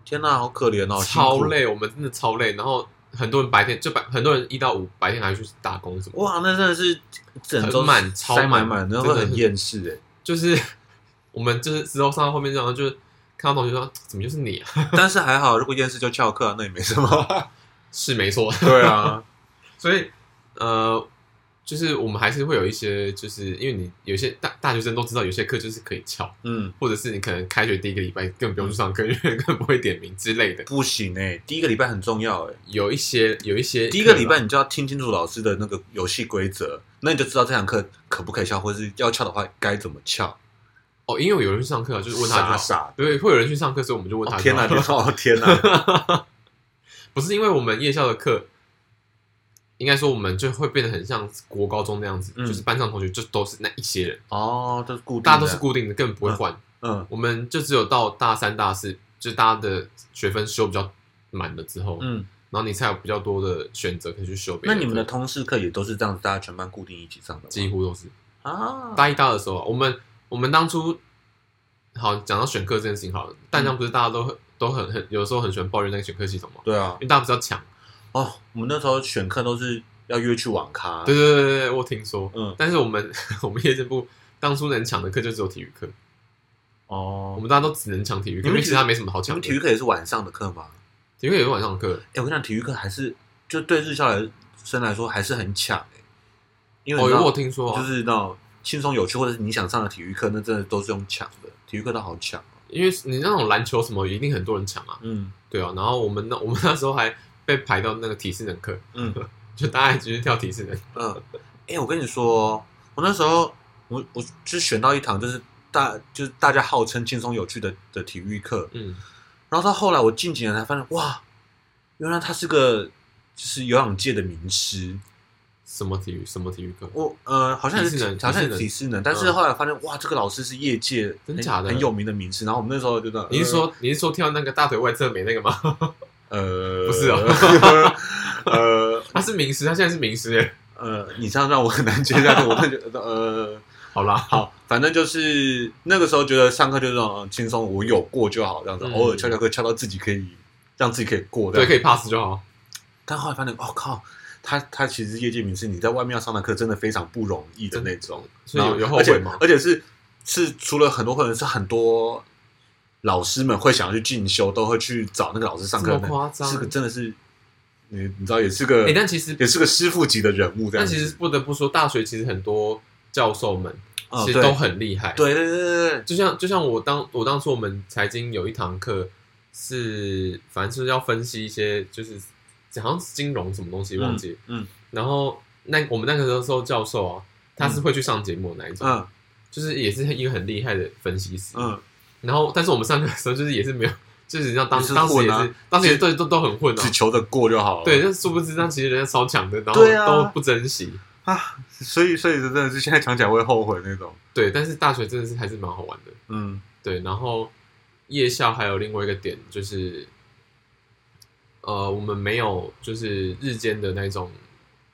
[SPEAKER 2] 天哪，好可怜哦，辛苦
[SPEAKER 1] 超。累，我们真的超累。然后很多人白天就白，很多人一到五白天还去打工什么，
[SPEAKER 2] 哇，那真的是整周
[SPEAKER 1] 很满超
[SPEAKER 2] 塞满
[SPEAKER 1] 满
[SPEAKER 2] 满，然后
[SPEAKER 1] 真
[SPEAKER 2] 会
[SPEAKER 1] 的
[SPEAKER 2] 很
[SPEAKER 1] 是
[SPEAKER 2] 厌世 哎。
[SPEAKER 1] 就是我们就是之后上到后面这样，就是看到同学说怎么就是你啊？
[SPEAKER 2] 但是还好，如果厌世就翘课，啊那也没 什么。
[SPEAKER 1] 是没错，
[SPEAKER 2] 对啊，
[SPEAKER 1] 所以呃，就是我们还是会有一些，就是因为你有些大大学生都知道，有些课就是可以翘，
[SPEAKER 2] 嗯，
[SPEAKER 1] 或者是你可能开学第一个礼拜根本不用去上课，因为根本不会点名之类 的。
[SPEAKER 2] 不行哎，第一个礼拜很重要哎。
[SPEAKER 1] 有一些有一些
[SPEAKER 2] 第一个
[SPEAKER 1] 课啦
[SPEAKER 2] 礼拜你就要听清楚老师的那个游戏规则，那你就知道这堂课可不可以翘，或是要翘的话该怎么翘。
[SPEAKER 1] 哦，因为有人去上课啊，就是问他就
[SPEAKER 2] 傻
[SPEAKER 1] 好
[SPEAKER 2] 傻的，
[SPEAKER 1] 对，会有人去上课，所以我们就问他
[SPEAKER 2] 哦
[SPEAKER 1] 就
[SPEAKER 2] 天
[SPEAKER 1] 好
[SPEAKER 2] 哪，天哪哦天哪，
[SPEAKER 1] 不是因为我们夜校的课，应该说我们就会变得很像国高中那样子，
[SPEAKER 2] 嗯
[SPEAKER 1] 就是班上同学就都是那一些人，
[SPEAKER 2] 哦，都是固定的，
[SPEAKER 1] 大家都是固定的，根本不会换。
[SPEAKER 2] 嗯
[SPEAKER 1] 我们就只有到大三、大四，就大家的学分修比较满了之后，
[SPEAKER 2] 嗯。
[SPEAKER 1] 然后你才有比较多的选择可以去修别
[SPEAKER 2] 那
[SPEAKER 1] 的课。
[SPEAKER 2] 你们的通识课也都是这样子，大家全班固定一起上的吗
[SPEAKER 1] 几乎都是
[SPEAKER 2] 啊？
[SPEAKER 1] 大一、大二的时候啊，我们我们当初好讲到选课这件事情好了，淡江不是大家都很都很很有时候很喜欢抱怨那个选课系统嘛，
[SPEAKER 2] 对啊
[SPEAKER 1] 因，为大家比较强。
[SPEAKER 2] 哦，我们那时候选课都是要约去网咖，
[SPEAKER 1] 对对对对对，我听说。
[SPEAKER 2] 嗯，
[SPEAKER 1] 但是我们 我们夜间部当初能抢的课就只有体育课，我
[SPEAKER 2] 哦，
[SPEAKER 1] 们大家都只能抢体育课，
[SPEAKER 2] 你
[SPEAKER 1] 因
[SPEAKER 2] 们
[SPEAKER 1] 为
[SPEAKER 2] 体育
[SPEAKER 1] 其他没什么好
[SPEAKER 2] 你
[SPEAKER 1] 抢
[SPEAKER 2] 们
[SPEAKER 1] 的。
[SPEAKER 2] 体育课也是晚上的课吗？
[SPEAKER 1] 体育课也是晚上的课，
[SPEAKER 2] 哎，我跟你讲，体育课还是就对日校来生来说还是很抢哎，因为
[SPEAKER 1] 哦，
[SPEAKER 2] 你知道
[SPEAKER 1] 有我听说啊，
[SPEAKER 2] 就是那种轻松有趣，或者是你想上的体育课，那真的都是用抢的，体育课都好抢哦、
[SPEAKER 1] 因为你那种篮球什么一定很多人抢啊，
[SPEAKER 2] 嗯
[SPEAKER 1] 对啊。然后我们那 我们那时候还被排到那个体适能课，
[SPEAKER 2] 嗯
[SPEAKER 1] 就大家还继续跳体适能，
[SPEAKER 2] 嗯，哎、我跟你说，我那时候我我就选到一堂就是大就是大家号称轻松有趣的的体育课，
[SPEAKER 1] 嗯，
[SPEAKER 2] 然后到后来我近几年才发现，哇，原来他是个就是有氧界的名师。
[SPEAKER 1] 什么体育什么体育课，
[SPEAKER 2] 我呃，好像也是
[SPEAKER 1] 体适能
[SPEAKER 2] 好像也是
[SPEAKER 1] 体
[SPEAKER 2] 体适能，但是
[SPEAKER 1] 嗯
[SPEAKER 2] 后来发现，哇，这个老师是业界
[SPEAKER 1] 真
[SPEAKER 2] 很
[SPEAKER 1] 假的
[SPEAKER 2] 很有名的名师。然后我们那时候就
[SPEAKER 1] 你是说你是说跳那个大腿外侧没那个 吗？
[SPEAKER 2] 呃，
[SPEAKER 1] 不是哦
[SPEAKER 2] 呃，
[SPEAKER 1] 他是名师，他现在是名师耶。
[SPEAKER 2] 呃，你这样让我很难接下去，我会觉得呃，
[SPEAKER 1] 好啦，
[SPEAKER 2] 好，反正就是那个时候觉得上课就是那种嗯轻松，我有过就好这样子，
[SPEAKER 1] 嗯
[SPEAKER 2] 偶尔翘翘课翘到自己可以让自己可以过这
[SPEAKER 1] 对，
[SPEAKER 2] 样。
[SPEAKER 1] 可以 pass 就好。
[SPEAKER 2] 但后来发现，哦靠，他他其实业界名师，你在外面要上的课真的非常不容易的那种，
[SPEAKER 1] 所以
[SPEAKER 2] 然后
[SPEAKER 1] 有有后
[SPEAKER 2] 而且
[SPEAKER 1] 悔吗？
[SPEAKER 2] 而且是是除了很多会员，是很多老师们会想要去进修，都会去找那个老师上
[SPEAKER 1] 这
[SPEAKER 2] 课
[SPEAKER 1] 么
[SPEAKER 2] 的那种，
[SPEAKER 1] 夸张
[SPEAKER 2] 是？个真的是，你你知道也是个
[SPEAKER 1] 哎，但其实
[SPEAKER 2] 也是个师傅级的人物这样
[SPEAKER 1] 但
[SPEAKER 2] 子。
[SPEAKER 1] 其实不得不说，大学其实很多教授们
[SPEAKER 2] 嗯
[SPEAKER 1] 其实都很厉害。，
[SPEAKER 2] 对对对对对，
[SPEAKER 1] 就像就像我当我当初我们财经有一堂课是，反正就是要分析一些就是好像是金融什么东西忘记了。
[SPEAKER 2] 嗯
[SPEAKER 1] 然后那我们那个时候教授啊，他是会去上节目的那一种，
[SPEAKER 2] 嗯
[SPEAKER 1] 就是也是一个很厉害的分析师。
[SPEAKER 2] 嗯，
[SPEAKER 1] 然后但是我们上课的时候就是也是没有，就是你知道当
[SPEAKER 2] 也是
[SPEAKER 1] 当时也
[SPEAKER 2] 混啊
[SPEAKER 1] 是当时也是都都都很混啊
[SPEAKER 2] 只。求着过就好了。
[SPEAKER 1] 对，但殊不知那其实人家超强的，然后
[SPEAKER 2] 对啊
[SPEAKER 1] 都不珍惜。
[SPEAKER 2] 啊，所以所以真的是现在想起来会后悔那种。
[SPEAKER 1] 对，但是大学真的是还是蛮好玩的。
[SPEAKER 2] 嗯
[SPEAKER 1] 对，然后夜校还有另外一个点就是，呃，我们没有就是日间的那种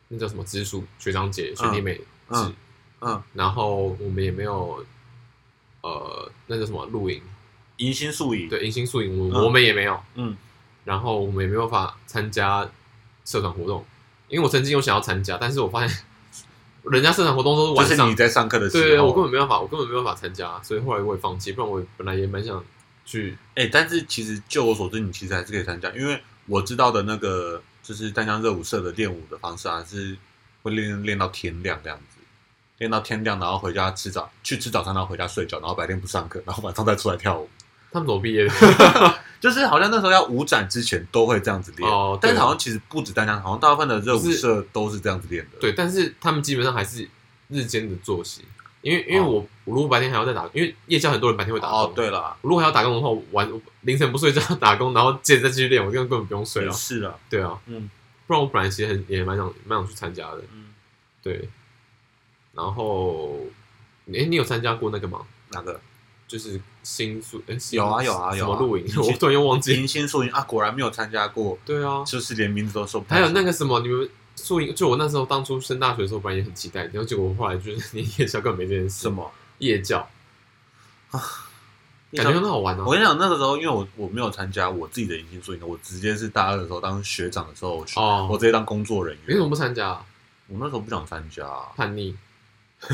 [SPEAKER 1] 那叫什么直属学长姐学弟妹制，
[SPEAKER 2] 嗯嗯，
[SPEAKER 1] 然后我们也没有呃那叫什么露营，
[SPEAKER 2] 迎新宿营，，
[SPEAKER 1] 对，迎新宿营我、
[SPEAKER 2] 嗯
[SPEAKER 1] 我们也没有，
[SPEAKER 2] 嗯
[SPEAKER 1] 然后我们也没有办法参加社团活动，因为我曾经有想要参加，但是我发现 人家社团活动都是
[SPEAKER 2] 就
[SPEAKER 1] 晚
[SPEAKER 2] 是
[SPEAKER 1] 上
[SPEAKER 2] 你在上课的时候，
[SPEAKER 1] 对，我根本没办法，我根本没办法参加，所以后来我也放弃。不然我本来也蛮想去，
[SPEAKER 2] 哎、但是其实就我所知，你其实还是可以参加，因为我知道的那个就是丹江热舞社的练舞的方式啊，是会练练到天亮这样子，练到天亮，然后回家吃早去吃早餐，然后回家睡觉，然后白天不上课，然后晚上再出来跳舞。
[SPEAKER 1] 他们怎么毕业的？
[SPEAKER 2] 就是好像那时候要舞展之前都会这样子练，
[SPEAKER 1] 哦对
[SPEAKER 2] 但是好像其实不止丹江，好像大部分的热舞
[SPEAKER 1] 是
[SPEAKER 2] 社都是这样子练的。
[SPEAKER 1] 对，但是他们基本上还是日间的作息，因为因为我、我如果白天还要再打，因为夜校很多人白天会打工，
[SPEAKER 2] 哦，对了，
[SPEAKER 1] 我如果还要打工的话，我晚凌晨不睡觉打工，然后接着再继续练，我根本根本不用睡
[SPEAKER 2] 也
[SPEAKER 1] 了。
[SPEAKER 2] 是啦，
[SPEAKER 1] 对啊，
[SPEAKER 2] 嗯
[SPEAKER 1] 不然我本来其实很也蛮想蛮想去参加的，
[SPEAKER 2] 嗯，
[SPEAKER 1] 对。然后，哎，你有参加过那个吗？
[SPEAKER 2] 哪个？
[SPEAKER 1] 就是新宿，哎，新
[SPEAKER 2] 有啊有啊
[SPEAKER 1] 什
[SPEAKER 2] 有
[SPEAKER 1] 么
[SPEAKER 2] 啊！
[SPEAKER 1] 露营？ 我突然又忘 记。
[SPEAKER 2] 迎新宿营啊，果然没有参加过，
[SPEAKER 1] 对啊，
[SPEAKER 2] 就是连名字都说不。
[SPEAKER 1] 还有那，个什么，你们宿营，就我那时候当初升大学的时候，本来也很期待，然后结果后来就是连夜校根本没这件事。
[SPEAKER 2] 什么
[SPEAKER 1] 夜教？感觉很好玩哦。
[SPEAKER 2] 我跟你讲，那个时候因为我我没有参加我自己的迎新宿营，我直接是大二的时候当学长的时候我去，
[SPEAKER 1] 哦
[SPEAKER 2] 我直接当工作人
[SPEAKER 1] 你怎
[SPEAKER 2] 员。
[SPEAKER 1] 么不参加啊？
[SPEAKER 2] 我那时候不想参加，
[SPEAKER 1] 叛逆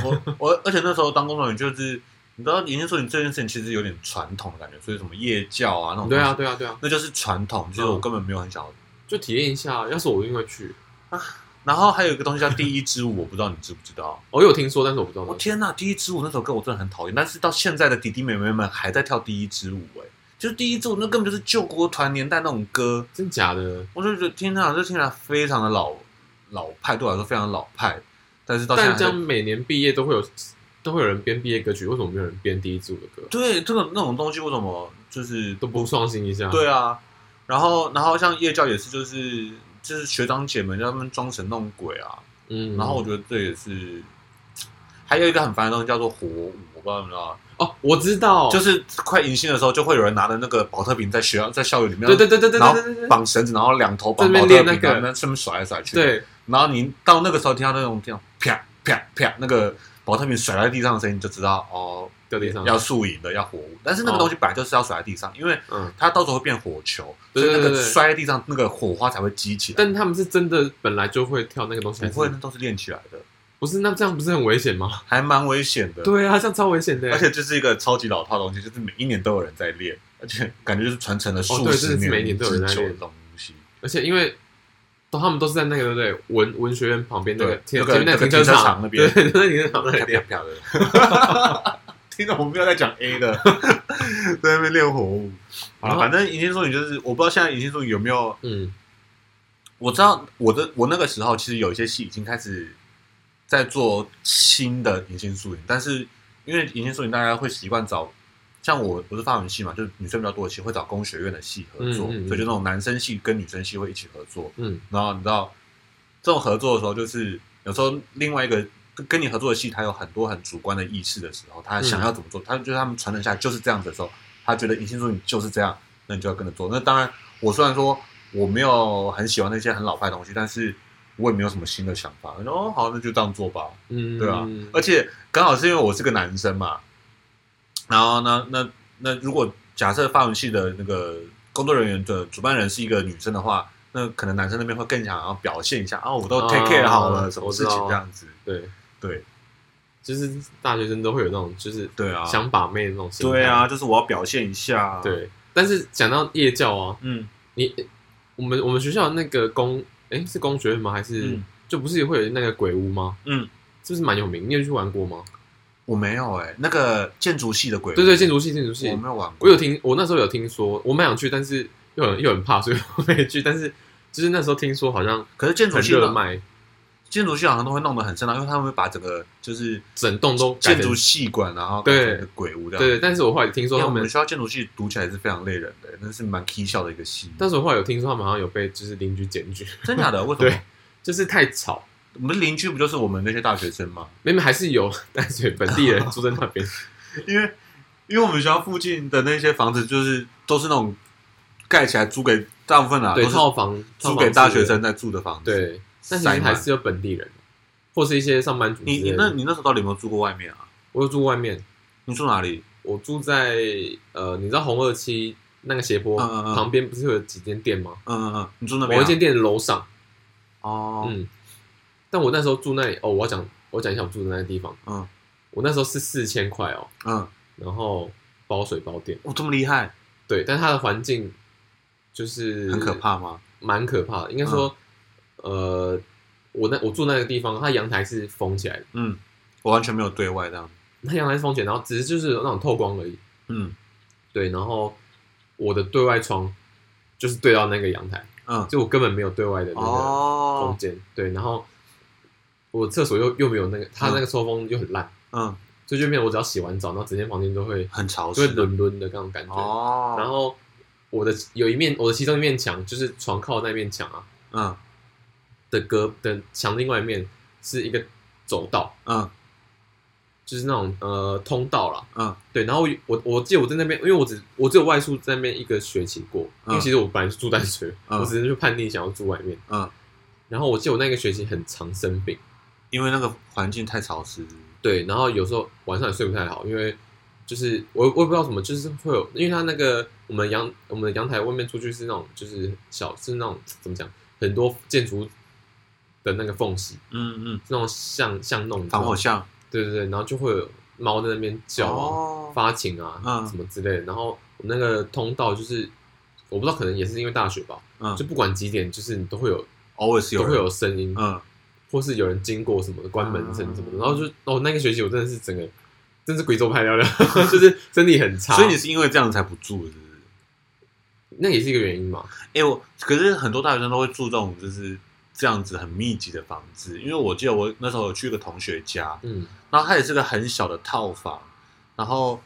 [SPEAKER 2] 我我而且那时候当工作人员就是，你知道迎新宿营这件事情其实有点传统的感觉，所以什么夜教啊那种，
[SPEAKER 1] 对啊，，对嗯啊，对啊，
[SPEAKER 2] 那就是传统，其实我根本没有很想要。
[SPEAKER 1] 就体验一下。要是我一定会去。哦
[SPEAKER 2] 然后还有一个东西叫第一支舞，我不知道你知不知道。
[SPEAKER 1] 我有听说，但是我不知道
[SPEAKER 2] 我
[SPEAKER 1] 那个。
[SPEAKER 2] 哦天呐，第一支舞那首歌我真的很讨厌，但是到现在的弟弟妹妹们还在跳第一支舞、哎，就是第一支舞那根本就是救国团年代那种歌，
[SPEAKER 1] 真假的？
[SPEAKER 2] 我就觉得天呐，这听起来非常的老老派，对我来说非常老派，但是到现在
[SPEAKER 1] 但
[SPEAKER 2] 还
[SPEAKER 1] 这
[SPEAKER 2] 在
[SPEAKER 1] 样每年毕业都会有，都会有人编毕业歌曲，为什么没有人编第一支舞的歌？
[SPEAKER 2] 对这个那种东西为什么就是
[SPEAKER 1] 都不创新一下？，
[SPEAKER 2] 对啊，然后然后像夜教也是就是就是学长姐们让他们装神弄鬼啊，
[SPEAKER 1] 嗯。
[SPEAKER 2] 然后我觉得这也是。还有一个很烦的东西叫做火舞，我不知道你们知道吗，
[SPEAKER 1] 哦，我知道，
[SPEAKER 2] 就是是快迎新的时候，就会有人拿着那个保特瓶在学校在校园里面，
[SPEAKER 1] 对对对对对
[SPEAKER 2] 然后
[SPEAKER 1] 对对对
[SPEAKER 2] 绑绳子，然后两头绑
[SPEAKER 1] 这
[SPEAKER 2] 保
[SPEAKER 1] 边
[SPEAKER 2] 特
[SPEAKER 1] 练
[SPEAKER 2] 瓶，
[SPEAKER 1] 那个
[SPEAKER 2] 然后那上面甩来甩去，
[SPEAKER 1] 对，
[SPEAKER 2] 然后你到那个时候听到那种这样啪啪啪那个保特瓶甩在地上的声音，你就知道哦，
[SPEAKER 1] 掉地上。
[SPEAKER 2] 要宿营的要火舞。但是那个
[SPEAKER 1] 哦
[SPEAKER 2] 东西本来就是要甩在地上，因为
[SPEAKER 1] 嗯，
[SPEAKER 2] 它到时候会变火球，
[SPEAKER 1] 对
[SPEAKER 2] 所以那
[SPEAKER 1] 对
[SPEAKER 2] 个
[SPEAKER 1] 对对
[SPEAKER 2] 摔在地上那个火花才会激起来。
[SPEAKER 1] 但他们是真的本来就会跳那个东西，还
[SPEAKER 2] 不
[SPEAKER 1] 是
[SPEAKER 2] 会，那都是练起来的，
[SPEAKER 1] 不是？那这样不是很危险吗？
[SPEAKER 2] 还蛮危险的。，
[SPEAKER 1] 对啊，这样超危险的。
[SPEAKER 2] 而且这是一个超级老套的东西，就是每一年都有人在练，而且感觉就是传承了
[SPEAKER 1] 哦
[SPEAKER 2] 数
[SPEAKER 1] 对
[SPEAKER 2] 十
[SPEAKER 1] 真的是每
[SPEAKER 2] 年
[SPEAKER 1] 年
[SPEAKER 2] 之
[SPEAKER 1] 都
[SPEAKER 2] 久
[SPEAKER 1] 有人在
[SPEAKER 2] 的
[SPEAKER 1] 练
[SPEAKER 2] 这种东西。
[SPEAKER 1] 而且因为都他们都是在那个对不对文文学院旁边那个前
[SPEAKER 2] 对那个
[SPEAKER 1] 前面
[SPEAKER 2] 那
[SPEAKER 1] 那
[SPEAKER 2] 个
[SPEAKER 1] 个
[SPEAKER 2] 停车
[SPEAKER 1] 车
[SPEAKER 2] 场那边啊
[SPEAKER 1] 对，那个停 车场那
[SPEAKER 2] 太
[SPEAKER 1] 里
[SPEAKER 2] 飘飘的。 听到我们不要再讲 A 的， 在那边练火舞。好
[SPEAKER 1] 然
[SPEAKER 2] 了，
[SPEAKER 1] 后
[SPEAKER 2] 反正迎新宿影就是，我不知道现在迎新宿影有没有，
[SPEAKER 1] 嗯，
[SPEAKER 2] 我知道我的我那个时候其实有一些戏已经开始在做新的迎新宿影，但是因为迎新宿影大家会习惯找，像我我是法文系嘛，就是女生比较多的戏会找工学院的戏合作，
[SPEAKER 1] 嗯嗯嗯
[SPEAKER 2] 所以就那种男生系跟女生系会一起合作。
[SPEAKER 1] 嗯，
[SPEAKER 2] 然后你知道这种合作的时候，就是有时候另外一个跟跟你合作的戏，他有很多很主观的意识的时候，他想要怎么做，他就是他们传承下来就是这样子的时候，他觉得银杏树你就是这样，那你就要跟着做。那当然，我虽然说我没有很喜欢那些很老派的东西，但是我也没有什么新的想法。我说哦，好，那就这样做吧。
[SPEAKER 1] 嗯，
[SPEAKER 2] 对啊而且刚好是因为我是个男生嘛，然后呢，那那如果假设发文系的那个工作人员的主办人是一个女生的话，那可能男生那边会更想要表现一下啊，我都 take care 好了，
[SPEAKER 1] 哦
[SPEAKER 2] 什么事情这样子，
[SPEAKER 1] 对
[SPEAKER 2] 对，
[SPEAKER 1] 就是大学生都会有那种就是
[SPEAKER 2] 对啊，
[SPEAKER 1] 想把妹的那种心态，
[SPEAKER 2] 对啊，，就是我要表现一下，，
[SPEAKER 1] 对。但是讲到夜教啊，
[SPEAKER 2] 嗯
[SPEAKER 1] 你我们我们学校那个工，哎，是工学院吗？还是
[SPEAKER 2] 嗯
[SPEAKER 1] 就不是会有那个鬼屋吗？
[SPEAKER 2] 嗯，
[SPEAKER 1] 是不是蛮有名？你有去玩过吗？
[SPEAKER 2] 我没有哎、那个建筑系的鬼屋，
[SPEAKER 1] 对对，建筑系，建筑系
[SPEAKER 2] 我，没有玩过，
[SPEAKER 1] 我有听，我那时候有听说，我蛮想去，但是又很又很怕，所以我没去。但是就是那时候听说好像
[SPEAKER 2] 可是建筑
[SPEAKER 1] 很
[SPEAKER 2] 系的
[SPEAKER 1] 热卖，
[SPEAKER 2] 建筑系好像都会弄得很深啊，因为他们会把整个就是
[SPEAKER 1] 整栋都改
[SPEAKER 2] 建
[SPEAKER 1] 成
[SPEAKER 2] 筑系馆，然后
[SPEAKER 1] 对
[SPEAKER 2] 改成鬼屋这样，
[SPEAKER 1] 对，但是我后来听说
[SPEAKER 2] 因为
[SPEAKER 1] 他
[SPEAKER 2] 我们
[SPEAKER 1] 们，
[SPEAKER 2] 学校建筑系读起来是非常累人的，那是蛮 k 笑的一个系。
[SPEAKER 1] 但是我后来有听说他们好像有被就是邻居检举，
[SPEAKER 2] 真假的？为什么
[SPEAKER 1] 对？就是太吵。
[SPEAKER 2] 我们邻居不就是我们那些大学生吗？
[SPEAKER 1] 明明还是有，但是本地人住在那边，
[SPEAKER 2] 因为因为我们学校附近的那些房子就是都是那种盖起来租给大部分啊，
[SPEAKER 1] 对
[SPEAKER 2] 都是
[SPEAKER 1] 套房
[SPEAKER 2] 租给大学，生在住的房
[SPEAKER 1] 套房
[SPEAKER 2] 子。
[SPEAKER 1] 住的，对，但其
[SPEAKER 2] 塞
[SPEAKER 1] 实还
[SPEAKER 2] 满
[SPEAKER 1] 是有本地人，或是一些上班族之类
[SPEAKER 2] 你
[SPEAKER 1] 的。
[SPEAKER 2] 你那你那时候到底有没有住过外面啊？
[SPEAKER 1] 我有住外面，
[SPEAKER 2] 你住哪里？
[SPEAKER 1] 我住在呃，你知道红二期那个斜坡
[SPEAKER 2] 嗯嗯嗯
[SPEAKER 1] 旁边不是有几间店吗？
[SPEAKER 2] 嗯嗯嗯，你住那边
[SPEAKER 1] 某
[SPEAKER 2] 啊、
[SPEAKER 1] 一间店的楼上，
[SPEAKER 2] 哦，
[SPEAKER 1] 嗯，但我那时候住那里哦，我要讲我讲一下我住的那个地方，
[SPEAKER 2] 嗯
[SPEAKER 1] 我那时候是四千块哦，
[SPEAKER 2] 嗯，
[SPEAKER 1] 然后包水包电，
[SPEAKER 2] 哦，这么厉害，
[SPEAKER 1] 对，但它的环境就是
[SPEAKER 2] 很可，怕嗯吗？
[SPEAKER 1] 蛮可怕的，应该说，呃，我那我住那个地方，它阳台是封起来的，
[SPEAKER 2] 嗯，我完全没有对外这样。
[SPEAKER 1] 它阳台是封起来，然后只是就是有那种透光而已，
[SPEAKER 2] 嗯
[SPEAKER 1] 对，然后我的对外窗就是对到那个阳台，
[SPEAKER 2] 嗯，
[SPEAKER 1] 就我根本没有对外的那个
[SPEAKER 2] 哦
[SPEAKER 1] 空，间，对，然后我厕所又又没有那个，它
[SPEAKER 2] 嗯
[SPEAKER 1] 那个抽风又很烂。
[SPEAKER 2] 嗯，
[SPEAKER 1] 所以就变成我只要洗完澡，然后整间房间都会
[SPEAKER 2] 很潮
[SPEAKER 1] 就会
[SPEAKER 2] 湿。啊
[SPEAKER 1] 冷冷的那种感觉。
[SPEAKER 2] 哦，
[SPEAKER 1] 然后我的有一面，我的其中一面墙就是床靠那面墙啊
[SPEAKER 2] 嗯
[SPEAKER 1] 的隔的墙另外一面是一个走道，
[SPEAKER 2] 嗯
[SPEAKER 1] 就是那种呃通道啦。
[SPEAKER 2] 嗯。
[SPEAKER 1] 对，然后我我我记得我在那边，因为我只我只有外宿在那边一个学期过，
[SPEAKER 2] 嗯
[SPEAKER 1] 因为其实我本来是住淡水，
[SPEAKER 2] 嗯
[SPEAKER 1] 我只是就叛逆想要住外面。
[SPEAKER 2] 嗯，
[SPEAKER 1] 然后我记得我那个学期很常生病，
[SPEAKER 2] 因为那个环境太潮湿。
[SPEAKER 1] 对，然后有时候晚上也睡不太好，因为就是我我也不知道什么，就是会有，因为它那个我们阳我们阳台外面出去是那种就是小是那种怎么讲，很多建筑的那个缝隙，
[SPEAKER 2] 嗯嗯，
[SPEAKER 1] 是那种巷巷弄，
[SPEAKER 2] 防火巷
[SPEAKER 1] 对对对，然后就会有猫在那边叫啊，
[SPEAKER 2] 哦
[SPEAKER 1] 发情啊，
[SPEAKER 2] 嗯
[SPEAKER 1] 什么之类的。然后我们那个通道就是，我不知道，可能也是因为大学吧，
[SPEAKER 2] 嗯，
[SPEAKER 1] 就
[SPEAKER 2] 就
[SPEAKER 1] 不管几点，就是你都会有
[SPEAKER 2] always
[SPEAKER 1] 都
[SPEAKER 2] 有
[SPEAKER 1] 会
[SPEAKER 2] 人，
[SPEAKER 1] 有声音，
[SPEAKER 2] 嗯，
[SPEAKER 1] 或是有人经过什么的，关门声什么的。
[SPEAKER 2] 嗯
[SPEAKER 1] 然后就哦，那个学期我真的是整个真是鬼走派聊聊， 就是身体很差，
[SPEAKER 2] 所以你是因为这样才不住，是不是？
[SPEAKER 1] 那也是一个原因嘛。
[SPEAKER 2] 哎、我可是很多大学生都会住这种就是这样子很密集的房子，因为我记得我那时候有去一个同学家，
[SPEAKER 1] 嗯，
[SPEAKER 2] 然后它也是个很小的套房，然后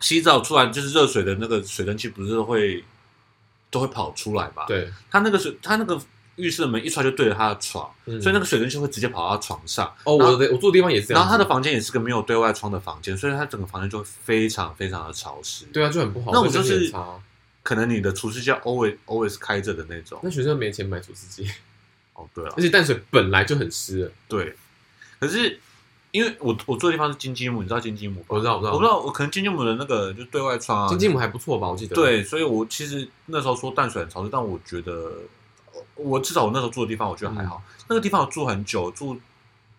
[SPEAKER 2] 洗澡出来就是热水的那个水蒸气不是会都会跑出来嘛？，
[SPEAKER 1] 对，
[SPEAKER 2] 它那个水，它那个浴室的门一出来就对着他的床，
[SPEAKER 1] 嗯
[SPEAKER 2] 所以那个水蒸气会直接跑到他床上。
[SPEAKER 1] 哦，我的我住的地方也是这
[SPEAKER 2] 然
[SPEAKER 1] 样子，
[SPEAKER 2] 后他的房间也是个没有对外窗的房间，所以他整个房间就会非常非常的潮湿。
[SPEAKER 1] 对啊就很不好，
[SPEAKER 2] 那我
[SPEAKER 1] 身
[SPEAKER 2] 就
[SPEAKER 1] 体
[SPEAKER 2] 是
[SPEAKER 1] 很差啊
[SPEAKER 2] 可能你的除湿机要 always always 开着的那种
[SPEAKER 1] 那。学生没钱买除湿机，
[SPEAKER 2] 哦，对了
[SPEAKER 1] 而，且淡水本来就很湿了，
[SPEAKER 2] 对，可是因为我我住的地方是金鸡母，你知道金鸡母吧？
[SPEAKER 1] 我知道我知道
[SPEAKER 2] 我不知道，我可能金鸡母的那个就对外窗啊，
[SPEAKER 1] 金鸡母还不错吧？我记得，
[SPEAKER 2] 对，所以我其实那时候说淡水很潮湿，但我觉得我我至少我那时候住的地方，我觉得还好。
[SPEAKER 1] 嗯
[SPEAKER 2] 那个地方我住很久，住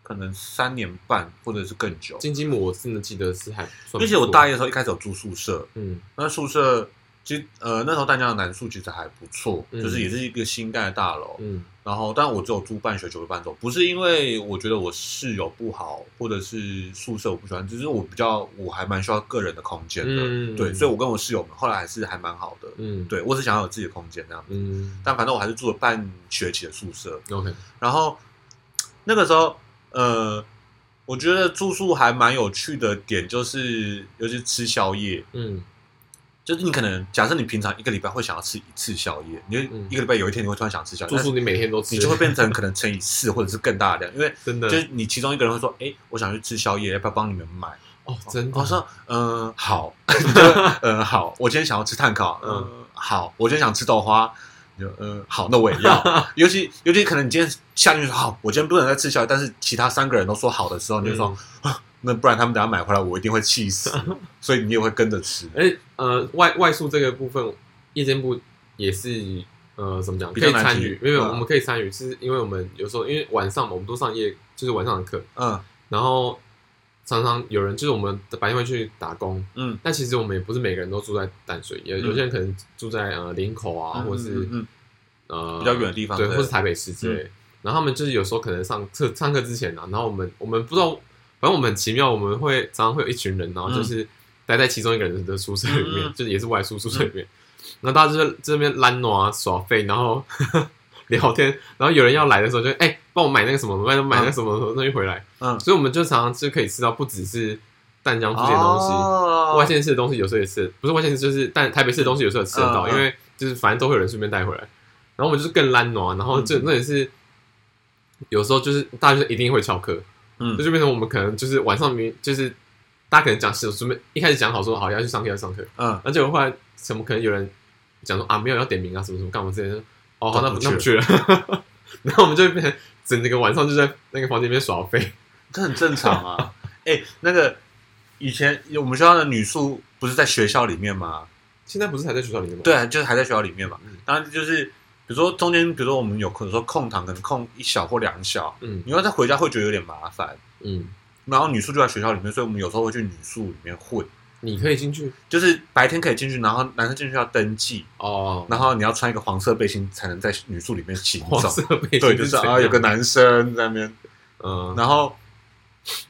[SPEAKER 2] 可能三年半或者是更久。
[SPEAKER 1] 金鸡母我真的记得是还算不错，
[SPEAKER 2] 而且我大一的时候一开始有住宿舍，
[SPEAKER 1] 嗯
[SPEAKER 2] 那宿舍其实呃那时候淡江的南宿其实还不错，
[SPEAKER 1] 嗯
[SPEAKER 2] 就是也是一个新盖的大楼。
[SPEAKER 1] 嗯
[SPEAKER 2] 然后，但我只有住半学期，我半周，不是因为我觉得我室友不好，或者是宿舍我不喜欢，只是我比较我还蛮需要个人的空间的。
[SPEAKER 1] 嗯
[SPEAKER 2] 对，所以我跟我室友们后来还是还蛮好的。
[SPEAKER 1] 嗯
[SPEAKER 2] 对我只想要有自己的空间那样。
[SPEAKER 1] 嗯
[SPEAKER 2] 但反正我还是住了半学期的宿舍。
[SPEAKER 1] OK
[SPEAKER 2] 然后那个时候，呃，我觉得住宿还蛮有趣的点就是，尤其是吃宵夜，
[SPEAKER 1] 嗯
[SPEAKER 2] 就是你可能假设你平常一个礼拜会想要吃一次宵夜，你就
[SPEAKER 1] 嗯
[SPEAKER 2] 一个礼拜有一天你会突然想吃宵夜，
[SPEAKER 1] 住宿你每天都
[SPEAKER 2] 但
[SPEAKER 1] 吃，
[SPEAKER 2] 是你就会变成可能乘以四或者是更大的量，因为。
[SPEAKER 1] 真的
[SPEAKER 2] 就是你其中一个人会说：“哎、我想去吃宵夜，要不要帮你们买
[SPEAKER 1] 哦？”真的
[SPEAKER 2] 我说：“嗯、好。” 你就嗯、好。我今天想要吃碳烤，嗯、
[SPEAKER 1] 嗯
[SPEAKER 2] 好。我今天想吃豆花，你就嗯、好，那我也要。尤其尤其可能你今天下定决心，好，我今天不能再吃宵夜，但是其他三个人都说好的时候，你就说：“
[SPEAKER 1] 嗯
[SPEAKER 2] 啊那不然他们等下买回来，我一定会气死。”所以你也会跟着 吃，
[SPEAKER 1] 而且呃外外宿这个部分，夜间部也是呃怎么讲
[SPEAKER 2] 比
[SPEAKER 1] 可
[SPEAKER 2] 较
[SPEAKER 1] 以
[SPEAKER 2] 难
[SPEAKER 1] 参与
[SPEAKER 2] 进，
[SPEAKER 1] 没有没有
[SPEAKER 2] 嗯
[SPEAKER 1] 我们可以参与，是因为我们有时候因为晚上嘛，我们都上夜就是晚上的课，
[SPEAKER 2] 嗯
[SPEAKER 1] 然后常常有人就是我们白天会去打工，
[SPEAKER 2] 嗯，
[SPEAKER 1] 但其实我们也不是每个人都住在淡水，有有些人可能住在呃林口啊，或者是
[SPEAKER 2] 嗯嗯
[SPEAKER 1] 呃
[SPEAKER 2] 比较远的地方
[SPEAKER 1] 对，
[SPEAKER 2] 对
[SPEAKER 1] 或是台北市之类的。然后他们就是有时候可能上课上课之前呢、啊，然后我们我们不知道，反正我们很奇妙，我们会常常会有一群人，然后就是待在其中一个人的宿舍里面，
[SPEAKER 2] 嗯嗯
[SPEAKER 1] 就是也是外宿宿舍里面，然后大家就是这边懒暖啊耍废，然后 聊天，然后有人要来的时候就哎、帮我买那个什么，买买那个什么什么东西回来，
[SPEAKER 2] 嗯
[SPEAKER 1] 所以我们就常常就可以吃到不只是淡江附近的东西，
[SPEAKER 2] 哦
[SPEAKER 1] 外县市的东西有时候也吃，不是外县市就是但台北市的东西有时候也吃得到，
[SPEAKER 2] 嗯嗯
[SPEAKER 1] 因为就是反正都会有人顺便带回来。然后我们就是更懒暖，然后这
[SPEAKER 2] 嗯
[SPEAKER 1] 那也是有时候就是大家就是一定会翘课，
[SPEAKER 2] 嗯
[SPEAKER 1] 这就变成我们可能就是晚上明就是大家可能讲是准备一开始讲好说好要去上课要上课，
[SPEAKER 2] 嗯
[SPEAKER 1] 而且我后来什么可能有人讲说啊没有要点名啊什么什么干嘛之类的，哦好那
[SPEAKER 2] 都
[SPEAKER 1] 不
[SPEAKER 2] 不
[SPEAKER 1] 那不去了， 然后我们就变成整个晚上就在那个房间里面耍飞，
[SPEAKER 2] 这很正常啊。 哎、那个以前我们学校的女宿不是在学校里面吗？
[SPEAKER 1] 现在不是还在学校里面吗？
[SPEAKER 2] 对，啊，就是还在学校里面嘛
[SPEAKER 1] 嗯。
[SPEAKER 2] 然后就是比如说中间，比如说我们有可能说空堂，可能空一小或两小，
[SPEAKER 1] 嗯
[SPEAKER 2] 你要再回家会觉得有点麻烦。
[SPEAKER 1] 嗯，
[SPEAKER 2] 然后女宿就在学校里面，所以我们有时候会去女宿里面混，
[SPEAKER 1] 你可以进去
[SPEAKER 2] 就是白天可以进去，然后男生进去要登记，
[SPEAKER 1] 哦，
[SPEAKER 2] 然后你要穿一个黄色背心才能在女宿里面行
[SPEAKER 1] 黄
[SPEAKER 2] 走
[SPEAKER 1] 色。背心
[SPEAKER 2] 对，就是
[SPEAKER 1] 怎样
[SPEAKER 2] 啊，有个男生在那边，
[SPEAKER 1] 嗯
[SPEAKER 2] 然后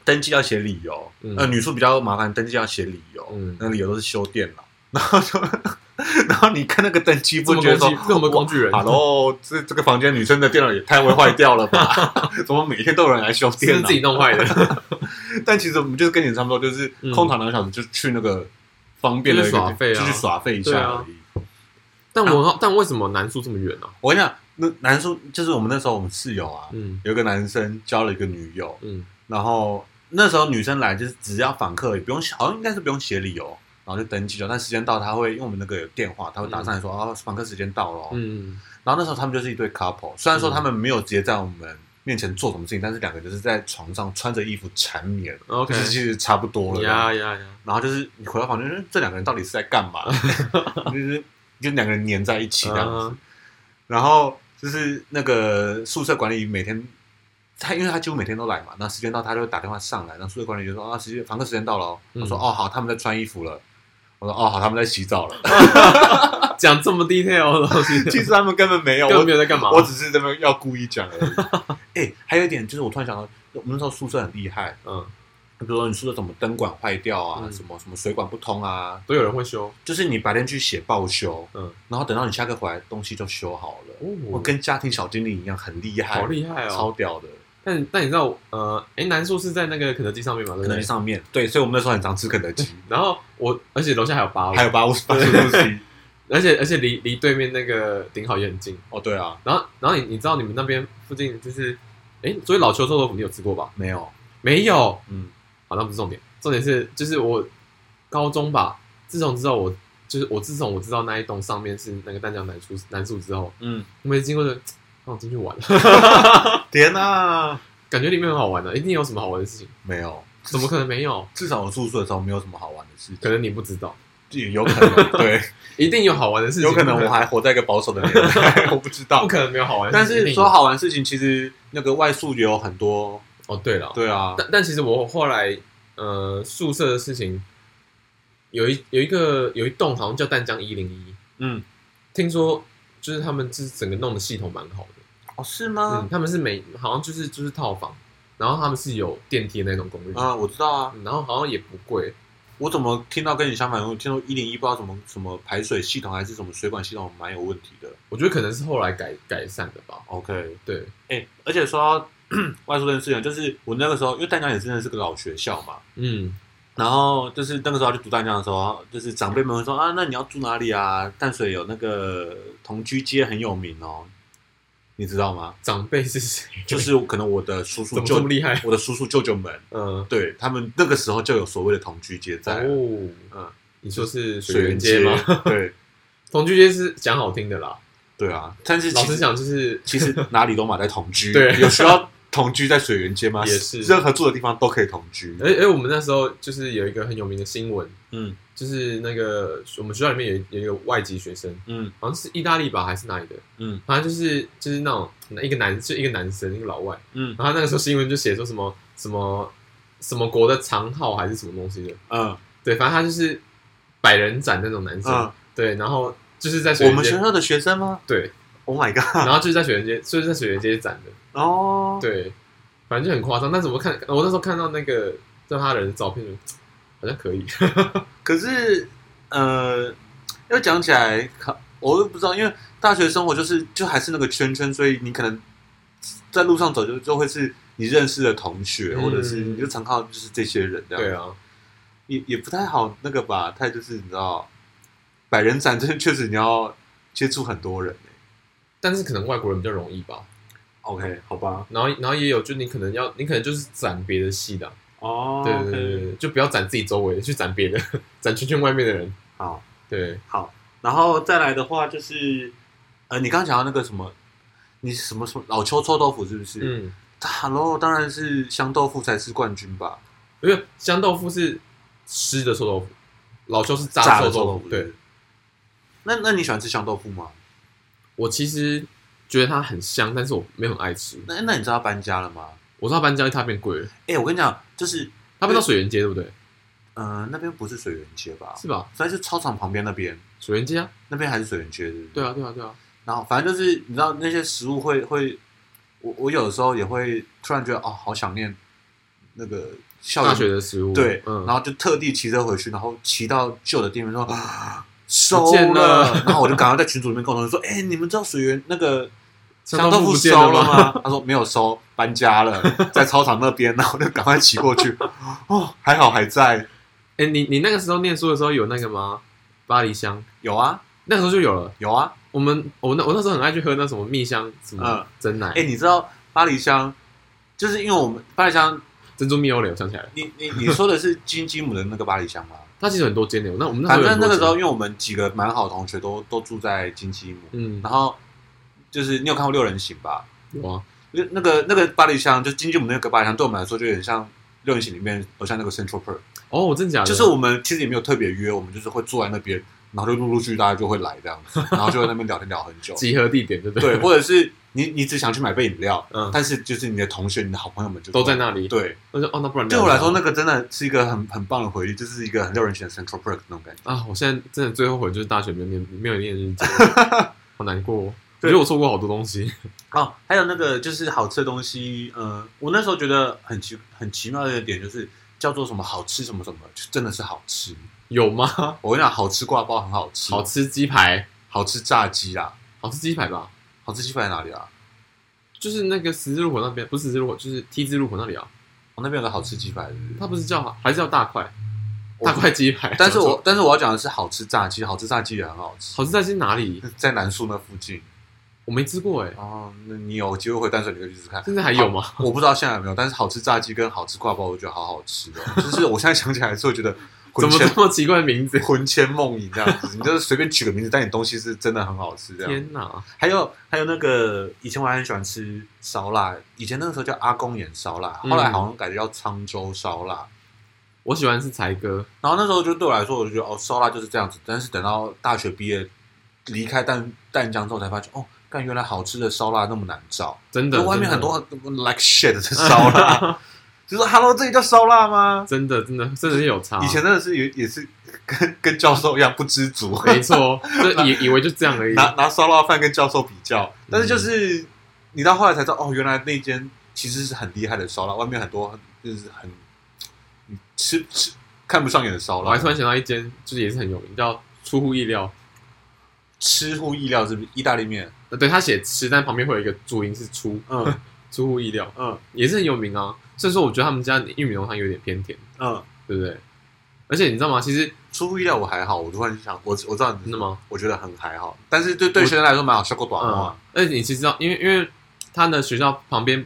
[SPEAKER 2] 登记要写理由，
[SPEAKER 1] 嗯
[SPEAKER 2] 呃，女宿比较麻烦，登记要写理由，
[SPEAKER 1] 嗯
[SPEAKER 2] 那理由都是修电脑，然后就， 然后你看那个登记
[SPEAKER 1] 这
[SPEAKER 2] 簿，
[SPEAKER 1] 么
[SPEAKER 2] 觉得
[SPEAKER 1] 攻
[SPEAKER 2] 说
[SPEAKER 1] 击，这么工具人，
[SPEAKER 2] ，Hello，这这个房间女生的电脑也太会坏掉了吧？ 怎么每天都有人来修
[SPEAKER 1] 是不
[SPEAKER 2] 电
[SPEAKER 1] 是
[SPEAKER 2] 脑
[SPEAKER 1] 自？己弄坏的，
[SPEAKER 2] 但其实我们就是跟你差不多，就是
[SPEAKER 1] 嗯
[SPEAKER 2] 空堂两个小时就去那个方便的一个
[SPEAKER 1] 就是耍废啊
[SPEAKER 2] 就去耍废一
[SPEAKER 1] 对
[SPEAKER 2] 下
[SPEAKER 1] 啊
[SPEAKER 2] 而已。
[SPEAKER 1] 但我很好但为什么南树这么远啊呢？
[SPEAKER 2] 我跟你讲，那男生就是我们那时候我们室友啊，
[SPEAKER 1] 嗯
[SPEAKER 2] 有一个男生交了一个女友，
[SPEAKER 1] 嗯
[SPEAKER 2] 然后那时候女生来就是只要访客，也不用好像应该是不用写理由，然后就登记了。但时间到，他会因为我们那个有电话，他会打上来说啊、访客时间到了哦、
[SPEAKER 1] 嗯
[SPEAKER 2] 然后那时候他们就是一对 couple，虽然说他们没有直接在我们面前做什么事情，但是两个就是在床上穿着衣服缠绵，
[SPEAKER 1] OK，
[SPEAKER 2] 就是其实差不多了。
[SPEAKER 1] 呀呀呀，
[SPEAKER 2] 然后就是你回到房间，说这两个人到底是在干 嘛？就是就两个人黏在一起这样子。
[SPEAKER 1] 嗯
[SPEAKER 2] 然后就是那个宿舍管理每天，他因为他几乎每天都来嘛，那时间到他就会打电话上来，然后宿舍管理就说啊，时间房客时间到了、哦，
[SPEAKER 1] 嗯
[SPEAKER 2] 我说哦好，他们在穿衣服了，我说哦好，他们在 洗澡了，
[SPEAKER 1] 讲这么 detail 的东西，
[SPEAKER 2] 其实他们根本没有，
[SPEAKER 1] 根本
[SPEAKER 2] 我
[SPEAKER 1] 没有在干嘛。
[SPEAKER 2] 我只是这么要故意讲而 已。哎、还有一点就是我突然想到，我们那时候宿舍很厉害，
[SPEAKER 1] 嗯，
[SPEAKER 2] 比如说你宿舍什么灯管坏掉啊，
[SPEAKER 1] 嗯
[SPEAKER 2] 什么什么水管不通啊，
[SPEAKER 1] 都有人会修。
[SPEAKER 2] 就是你白天去写报修，
[SPEAKER 1] 嗯，
[SPEAKER 2] 然后等到你下课回来，东西就修好了。我
[SPEAKER 1] 我
[SPEAKER 2] 跟家庭小精灵一样，很嗯厉害，
[SPEAKER 1] 哦好厉害
[SPEAKER 2] 超
[SPEAKER 1] 哦。
[SPEAKER 2] 屌的。
[SPEAKER 1] 但但你知道，呃，哎，南树是在那个肯德基上面嘛，对
[SPEAKER 2] 肯
[SPEAKER 1] 不
[SPEAKER 2] 德基
[SPEAKER 1] 对？
[SPEAKER 2] 上面，对，所以我们那时候很常吃肯德基，
[SPEAKER 1] 然后我，而且楼下还有八五
[SPEAKER 2] 还，有八五八十东西。
[SPEAKER 1] 而且而且离离对面那个顶好也很近。
[SPEAKER 2] 哦，对啊，
[SPEAKER 1] 然后然后你你知道你们那边附近就是，哎，所以老邱臭豆腐你有吃过吧？
[SPEAKER 2] 没有，
[SPEAKER 1] 没有，
[SPEAKER 2] 嗯，
[SPEAKER 1] 好，那不是重点，重点是就是我高中吧，自从知道我就是我自从我知道那一栋上面是那个淡江南树南树之后，
[SPEAKER 2] 嗯，
[SPEAKER 1] 我每次经过就哦让我进去玩，
[SPEAKER 2] 天哪、
[SPEAKER 1] 感觉里面很好玩啊的、一定有什么好玩的事情，
[SPEAKER 2] 没有，
[SPEAKER 1] 怎么可能没有？
[SPEAKER 2] 至少我住宿的时候没有什么好玩的事
[SPEAKER 1] 可
[SPEAKER 2] 情，
[SPEAKER 1] 能你不知道，
[SPEAKER 2] 也有可 能，对，
[SPEAKER 1] 一定有好玩的事情，
[SPEAKER 2] 有可能我还活在一个保守的年代， 我不知
[SPEAKER 1] 不
[SPEAKER 2] 道。
[SPEAKER 1] 可能没有好玩的
[SPEAKER 2] 但
[SPEAKER 1] 事情。
[SPEAKER 2] 是说好玩的事情，其实那个外宿也有很多，
[SPEAKER 1] 一定有哦，对了，
[SPEAKER 2] 对啊，
[SPEAKER 1] 但但其实我后来呃宿舍的事情，有一有一个有一栋好像叫淡江一零一，
[SPEAKER 2] 嗯，
[SPEAKER 1] 听说就是他们就是整个弄的系统蛮好的。
[SPEAKER 2] 哦，是
[SPEAKER 1] 嗯，？他们是每好像就是就是套房，然后他们是有电梯的那种公寓，
[SPEAKER 2] 啊，我知道啊，
[SPEAKER 1] 嗯然后好像也不贵，
[SPEAKER 2] 我怎么听到跟你相反？我听说一零一不知道什么什么排水系统还是什么水管系统蛮有问题的。
[SPEAKER 1] 我觉得可能是后来改改善的吧。
[SPEAKER 2] OK，
[SPEAKER 1] 对，
[SPEAKER 2] 哎、而且说到 外宿这件事情，就是我那个时候，因为淡江也真的是个老学校嘛，
[SPEAKER 1] 嗯，
[SPEAKER 2] 然后就是那个时候就读淡江的时候，就是长辈们会说啊，那你要住哪里啊？淡水有那个同居街很有名哦，你知道 吗？
[SPEAKER 1] 长辈是谁？
[SPEAKER 2] 就是可能我的叔
[SPEAKER 1] 怎
[SPEAKER 2] 叔
[SPEAKER 1] 么这
[SPEAKER 2] 舅
[SPEAKER 1] 么，厉害？
[SPEAKER 2] 我的叔叔舅舅们，
[SPEAKER 1] 嗯，
[SPEAKER 2] 对他们那个时候就有所谓的同居街在了
[SPEAKER 1] 哦，
[SPEAKER 2] 嗯，
[SPEAKER 1] 你说是水
[SPEAKER 2] 水
[SPEAKER 1] 源
[SPEAKER 2] 源
[SPEAKER 1] 街吗？？
[SPEAKER 2] 对
[SPEAKER 1] 同居街是讲好听的啦，
[SPEAKER 2] 对啊，但是
[SPEAKER 1] 老
[SPEAKER 2] 其
[SPEAKER 1] 实
[SPEAKER 2] 实
[SPEAKER 1] 讲就是
[SPEAKER 2] 其实哪里都买在同居，
[SPEAKER 1] 对
[SPEAKER 2] 有需要同居在水源街吗？
[SPEAKER 1] 也是
[SPEAKER 2] 任何住的地方都可以同居。
[SPEAKER 1] 哎哎、我们那时候就是有一个很有名的新闻，
[SPEAKER 2] 嗯
[SPEAKER 1] 就是那个我们学校里面有一有一个外籍学生，
[SPEAKER 2] 嗯
[SPEAKER 1] 好像是意大利吧还是哪里的，
[SPEAKER 2] 嗯
[SPEAKER 1] 反正就是就是那种一个男就一个男生一个老外。
[SPEAKER 2] 嗯
[SPEAKER 1] 然后那个时候新闻就写说什么什么什么国的长号还是什么东西的，
[SPEAKER 2] 嗯
[SPEAKER 1] 对，反正他就是百人斩那种男生，
[SPEAKER 2] 嗯，
[SPEAKER 1] 对，然后就是在水
[SPEAKER 2] 我
[SPEAKER 1] 源
[SPEAKER 2] 们学
[SPEAKER 1] 街，
[SPEAKER 2] 校的学生吗
[SPEAKER 1] 对，
[SPEAKER 2] ？Oh my god！
[SPEAKER 1] 然后就是在水源街，就是在水源街斩的，
[SPEAKER 2] 哦，
[SPEAKER 1] 对，反正就很夸张。但是我看我那时候看到那个叫他人的照片就，好像可以，
[SPEAKER 2] 可是呃，要讲起来，靠我都不知道，因为大学生活就是就还是那个圈圈，所以你可能在路上走就就会是你认识的同学，
[SPEAKER 1] 嗯
[SPEAKER 2] 或者是你就常靠就是这些人这样。
[SPEAKER 1] 对啊，
[SPEAKER 2] 也也不太好那个吧，太就是你知道，百人展真的确实你要接触很多人、欸、
[SPEAKER 1] 但是可能外国人比较容易吧。
[SPEAKER 2] OK，好吧，
[SPEAKER 1] 然后然后也有就你可能要你可能就是斩别的系的啊，
[SPEAKER 2] 哦
[SPEAKER 1] 对对对，对，就不要斩自己周围的，去斩别的， 斩圈圈外面的人，
[SPEAKER 2] 好
[SPEAKER 1] 对，
[SPEAKER 2] 好，然后再来的话就是，呃，你刚刚讲到那个什么，你什么什么老邱臭豆腐是不是？
[SPEAKER 1] 嗯。
[SPEAKER 2] ，Hello，当然是香豆腐才是冠军吧，
[SPEAKER 1] 因为香豆腐是湿的臭豆腐，老邱是炸
[SPEAKER 2] 炸
[SPEAKER 1] 的
[SPEAKER 2] 的
[SPEAKER 1] 臭
[SPEAKER 2] 臭
[SPEAKER 1] 豆
[SPEAKER 2] 豆
[SPEAKER 1] 腐。
[SPEAKER 2] 腐。
[SPEAKER 1] 对，
[SPEAKER 2] 那那你喜欢吃香豆腐吗？
[SPEAKER 1] 我其实觉得它很香，但是我没有很爱吃。
[SPEAKER 2] 那那你知道搬家了吗？
[SPEAKER 1] 我知道搬家它变贵了，
[SPEAKER 2] 哎、我跟你讲，就是
[SPEAKER 1] 它搬到水源街对不对？
[SPEAKER 2] 呃，那边不是水源街吧？
[SPEAKER 1] 是吧？
[SPEAKER 2] 所以是操场旁边那边，
[SPEAKER 1] 水源街啊，
[SPEAKER 2] 那边还是水源街，对不对？
[SPEAKER 1] 对啊，对啊，对啊。
[SPEAKER 2] 然后反正就是你知道那些食物会会，我我有的时候也会突然觉得哦，好想念那个校园
[SPEAKER 1] 大学的食物，
[SPEAKER 2] 对，
[SPEAKER 1] 嗯，
[SPEAKER 2] 然后就特地骑车回去，然后骑到旧的店面说啊收
[SPEAKER 1] 不见了
[SPEAKER 2] 然后我就赶快在群组里面跟我同学说，哎、你们知道水源那 个
[SPEAKER 1] 香
[SPEAKER 2] 香
[SPEAKER 1] 豆
[SPEAKER 2] 豆
[SPEAKER 1] 腐
[SPEAKER 2] 腐
[SPEAKER 1] 不见
[SPEAKER 2] 收
[SPEAKER 1] 了吗
[SPEAKER 2] 吗？ 他说没有收，搬家了，在操场那边，然后我就赶快骑过去， 哦，还好还在，
[SPEAKER 1] 哎，你你那个时候念书的时候有那个吗？巴黎香，
[SPEAKER 2] 有啊
[SPEAKER 1] 那时候就有了。
[SPEAKER 2] 有啊，
[SPEAKER 1] 我们我那我那时候很爱去喝那什么蜜香什么
[SPEAKER 2] 嗯
[SPEAKER 1] 真奶
[SPEAKER 2] 哎、，你知道巴黎香，就是因为我们巴黎香
[SPEAKER 1] 珍珠蜜欧蕾，我想起来了，
[SPEAKER 2] 你你你说的是金鸡母的那个巴黎香吗？
[SPEAKER 1] 它其实很多间的。那我们那
[SPEAKER 2] 反
[SPEAKER 1] 时候有
[SPEAKER 2] 正
[SPEAKER 1] 很
[SPEAKER 2] 那
[SPEAKER 1] 多
[SPEAKER 2] 个时候，
[SPEAKER 1] 间，
[SPEAKER 2] 因为我们几个蛮好的同学都都住在金鸡母，
[SPEAKER 1] 嗯，
[SPEAKER 2] 然后就是你有看过《六人行》吧？
[SPEAKER 1] 有啊，
[SPEAKER 2] 《那那个那个巴黎腔，就经济我们那个巴黎腔，对我们来说就有点像六人行里面楼下那个 Central Park，
[SPEAKER 1] 哦，真假的？
[SPEAKER 2] 就是我们其实也没有特别约，我们就是会坐在那边，然后就陆陆续续大家就会来这样 子，然后就在那边聊天聊很久。
[SPEAKER 1] 集合地点，对不
[SPEAKER 2] 对，
[SPEAKER 1] 对？
[SPEAKER 2] 或者是你你只想去买杯饮料，
[SPEAKER 1] 嗯
[SPEAKER 2] 但是就是你的同学、你的好朋友们就
[SPEAKER 1] 都在那里。，
[SPEAKER 2] 对，
[SPEAKER 1] 我说哦，那不然
[SPEAKER 2] 对我来说，那
[SPEAKER 1] 那
[SPEAKER 2] 个真的是一个很很棒的回忆，就是一个很六人行的 Central Park 那种感觉。
[SPEAKER 1] 啊，我现在真的最后悔就是大学没有念没有念日 记，好难过哦。我
[SPEAKER 2] 对
[SPEAKER 1] 觉得我错过好多东西。
[SPEAKER 2] 哦，还有那个就是好吃的东西，呃，我那时候觉得很奇很奇妙的一个点就是叫做什么好吃什么什么，就真的是好吃。
[SPEAKER 1] 有吗？
[SPEAKER 2] 我跟你讲，好吃挂包很好吃，
[SPEAKER 1] 好吃鸡排，
[SPEAKER 2] 好吃炸鸡啊，
[SPEAKER 1] 好吃鸡排吧，
[SPEAKER 2] 好吃鸡排在哪里啊？
[SPEAKER 1] 就是那个十字路口那边，不是十字路口，就是 T 字路口那里啊。
[SPEAKER 2] 我、那边有个好吃鸡排是不是
[SPEAKER 1] 它不是叫还是叫大块
[SPEAKER 2] 我
[SPEAKER 1] 大块鸡排？
[SPEAKER 2] 但是我但是我要讲的是好吃炸鸡，好吃炸鸡也很好吃，
[SPEAKER 1] 好吃在是哪里？
[SPEAKER 2] 在南树那附近。
[SPEAKER 1] 我没吃过哎、
[SPEAKER 2] 哦，那你有机会回淡水，你可以去试看。
[SPEAKER 1] 现在还有吗？
[SPEAKER 2] 我不知道现在有没有，但是好吃炸鸡跟好吃挂包，我觉得好好吃哦。就是我现在想起来之后，觉得
[SPEAKER 1] 怎
[SPEAKER 2] 魂
[SPEAKER 1] 么
[SPEAKER 2] 牵
[SPEAKER 1] 这么奇怪的名 字？
[SPEAKER 2] 魂牵梦萦这样子。你就是随便取个名字，但你东西是真的很好吃这样。
[SPEAKER 1] 天哪！
[SPEAKER 2] 还有还有那个以前我还很喜欢吃烧腊，以前那个时候叫阿公眼烧腊，
[SPEAKER 1] 嗯
[SPEAKER 2] 后来好像改叫沧州烧腊。
[SPEAKER 1] 我喜欢吃才哥，
[SPEAKER 2] 然后那时候就对我来说，我就觉得哦，烧腊就是这样子。但是等到大学毕业离开淡淡江之后，才发现哦，干原来好吃的烧腊那么难找。
[SPEAKER 1] 真
[SPEAKER 2] 那
[SPEAKER 1] 的，
[SPEAKER 2] 外面
[SPEAKER 1] 真的
[SPEAKER 2] 很多啊 like shit 的 烧腊，就是 Hello，这里叫烧腊吗？
[SPEAKER 1] 真的真的真的是有差。
[SPEAKER 2] 以前真的是也也是跟跟教授一样不知足，
[SPEAKER 1] 没错，就以以为就这样而已。
[SPEAKER 2] 拿拿烧腊饭跟教授比较，
[SPEAKER 1] 嗯
[SPEAKER 2] 但是就是、你到后来才知道，哦，原来那间其实是很厉害的烧腊，外面很多就是很你吃吃看不上眼的烧
[SPEAKER 1] 我
[SPEAKER 2] 腊
[SPEAKER 1] 还。突然想到一间，就是也是很有名，叫出乎意料。
[SPEAKER 2] 吃乎意料，是不是意大利面？
[SPEAKER 1] 呃，对，他写吃，但旁边会有一个注音是出，
[SPEAKER 2] 嗯
[SPEAKER 1] 出乎意料，
[SPEAKER 2] 嗯
[SPEAKER 1] 也是很有名啊。所以说，我觉得他们家玉米浓汤有点偏甜，
[SPEAKER 2] 嗯，
[SPEAKER 1] 对不对？而且你知道吗？其实
[SPEAKER 2] 出乎意料我还好，我突然想，我我知道你
[SPEAKER 1] 真的吗？
[SPEAKER 2] 我觉得很还好，但是对对学生来说蛮好，效果短
[SPEAKER 1] 嗯
[SPEAKER 2] 嘛。，
[SPEAKER 1] 而且你其实知道，因为因为他的学校旁边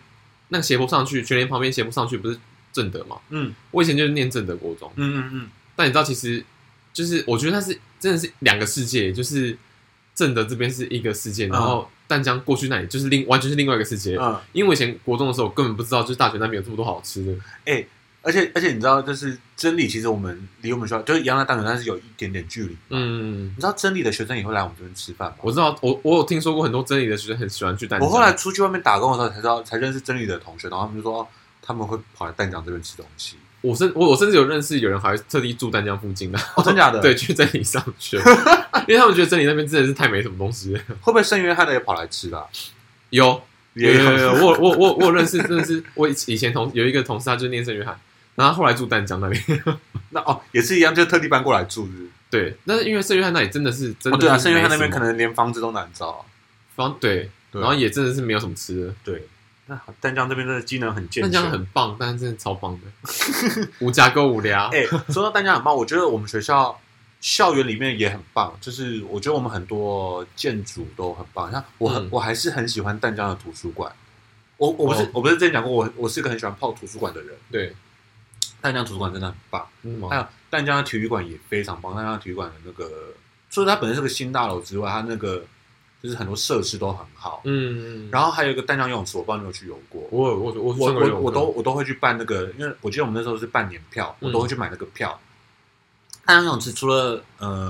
[SPEAKER 1] 那个斜坡上去，全联旁边斜坡上去不是正德嘛？
[SPEAKER 2] 嗯
[SPEAKER 1] 我以前就是念正德国中，
[SPEAKER 2] 嗯嗯嗯，
[SPEAKER 1] 但你知道，其实就是我觉得它是真的是两个世界，就是正德这边是一个世界，
[SPEAKER 2] 嗯
[SPEAKER 1] 然后淡江过去那里就是另完全是另外一个世界。
[SPEAKER 2] 嗯，
[SPEAKER 1] 因为我以前国中的时候，我根本不知道就是大学那边有这么多好吃的。
[SPEAKER 2] 哎而且而且你知道，就是真理，其实我们离我们学校就是一样的大学，但是有一点点距离。嗯，
[SPEAKER 1] 嗯
[SPEAKER 2] 你，知道真理的学生也会来我们这边吃饭吗？
[SPEAKER 1] 我知道，我我有听说过很多真理的学生很喜欢去淡江。
[SPEAKER 2] 我后来出去外面打工的时候才知道，才认识真理的同学，然后他们就说、哦、他们会跑来淡江这边吃东西。
[SPEAKER 1] 我甚我我甚至有认识有人还特地住淡江附 近的，
[SPEAKER 2] 哦，真假 的？
[SPEAKER 1] 对，，去真理上学，因为他们觉得真理那边真的是太没什么东西 了。
[SPEAKER 2] 会不会圣约翰的也跑来吃啦、
[SPEAKER 1] 有有有有，
[SPEAKER 2] 有
[SPEAKER 1] 有我我我我有认识，真的是我以以前同有一个同事，他就念圣约翰，然后他后来住淡江那边。
[SPEAKER 2] 那哦，也是一样，就特地搬过来住是不是
[SPEAKER 1] 对，但是因为圣约翰那里真的是真
[SPEAKER 2] 哦，
[SPEAKER 1] 的、
[SPEAKER 2] 对啊，圣约翰那边可能连房子都难找啊。
[SPEAKER 1] 方对，
[SPEAKER 2] 对
[SPEAKER 1] 然
[SPEAKER 2] 啊
[SPEAKER 1] 后也真的是没有什么吃的。
[SPEAKER 2] 对，那好淡江这边真的机能很健
[SPEAKER 1] 但
[SPEAKER 2] 全。
[SPEAKER 1] 这样很棒，但是真的超棒的， 无家沟无聊。
[SPEAKER 2] 哎、说到淡江很棒，我觉得我们学校校园里面也很棒，就是我觉得我们很多建筑都很棒。像我很、
[SPEAKER 1] 嗯
[SPEAKER 2] 我还是很喜欢淡江的图书馆。我我不是、
[SPEAKER 1] 哦
[SPEAKER 2] 我不是之前讲过，我我是一个很喜欢泡图书馆的人。
[SPEAKER 1] 对，
[SPEAKER 2] 淡江图书馆真的很棒，
[SPEAKER 1] 真的
[SPEAKER 2] 还
[SPEAKER 1] 吗？
[SPEAKER 2] 有淡江的体育馆也非常棒。淡江的体育馆的那个，除了它本身是个新大楼之外，它那个就是很多设施都很好。
[SPEAKER 1] 嗯，
[SPEAKER 2] 然后还有一个淡江游泳池，我不知道你有没有去游过。
[SPEAKER 1] 我有我有我去
[SPEAKER 2] 我
[SPEAKER 1] 上过游
[SPEAKER 2] 我
[SPEAKER 1] 泳
[SPEAKER 2] 我都
[SPEAKER 1] 课
[SPEAKER 2] 我都会去办那个，因为我记得我们那时候是办年票，
[SPEAKER 1] 嗯
[SPEAKER 2] 我都会去买那个票。太阳泳池除了呃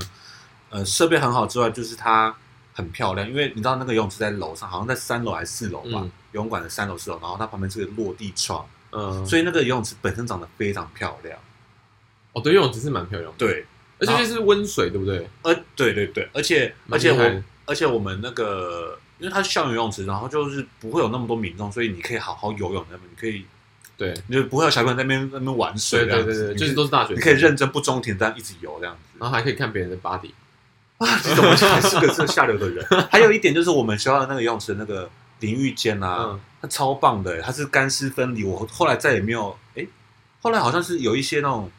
[SPEAKER 2] 呃设备很好之外，就是它很漂亮，因为你知道那个游泳池在楼上，好像在三楼还是四楼吧，
[SPEAKER 1] 嗯
[SPEAKER 2] 游泳馆的三楼四楼，然后它旁边是个落地窗，
[SPEAKER 1] 嗯，
[SPEAKER 2] 所以那个游泳池本身长得非常漂亮。
[SPEAKER 1] 哦对，游泳池是蛮漂亮的，
[SPEAKER 2] 对，
[SPEAKER 1] 而且就是温水，对不对？
[SPEAKER 2] 呃，对对对，而且而
[SPEAKER 1] 蛮厉
[SPEAKER 2] 且
[SPEAKER 1] 害的
[SPEAKER 2] 我而且我们那个，因为它是校园游泳池，然后就是不会有那么多民众，所以你可以好好游泳，那么你可以
[SPEAKER 1] 对，
[SPEAKER 2] 你就不会有小朋友在那边在那边玩水
[SPEAKER 1] 对
[SPEAKER 2] 这样
[SPEAKER 1] 对
[SPEAKER 2] 子，
[SPEAKER 1] 对对，
[SPEAKER 2] 你
[SPEAKER 1] 就是都是大学生，
[SPEAKER 2] 你啊可以认真不中停，但一直游这样子。
[SPEAKER 1] 然后还可以看别人的 body。
[SPEAKER 2] 你怎么还是个这下流的人？ 还有一点就是我们学校的那个游泳池的那个淋浴间啊，
[SPEAKER 1] 嗯，
[SPEAKER 2] 它超棒的，欸它是干湿分离。我后来再也没有，哎，后来好像是有一些那种，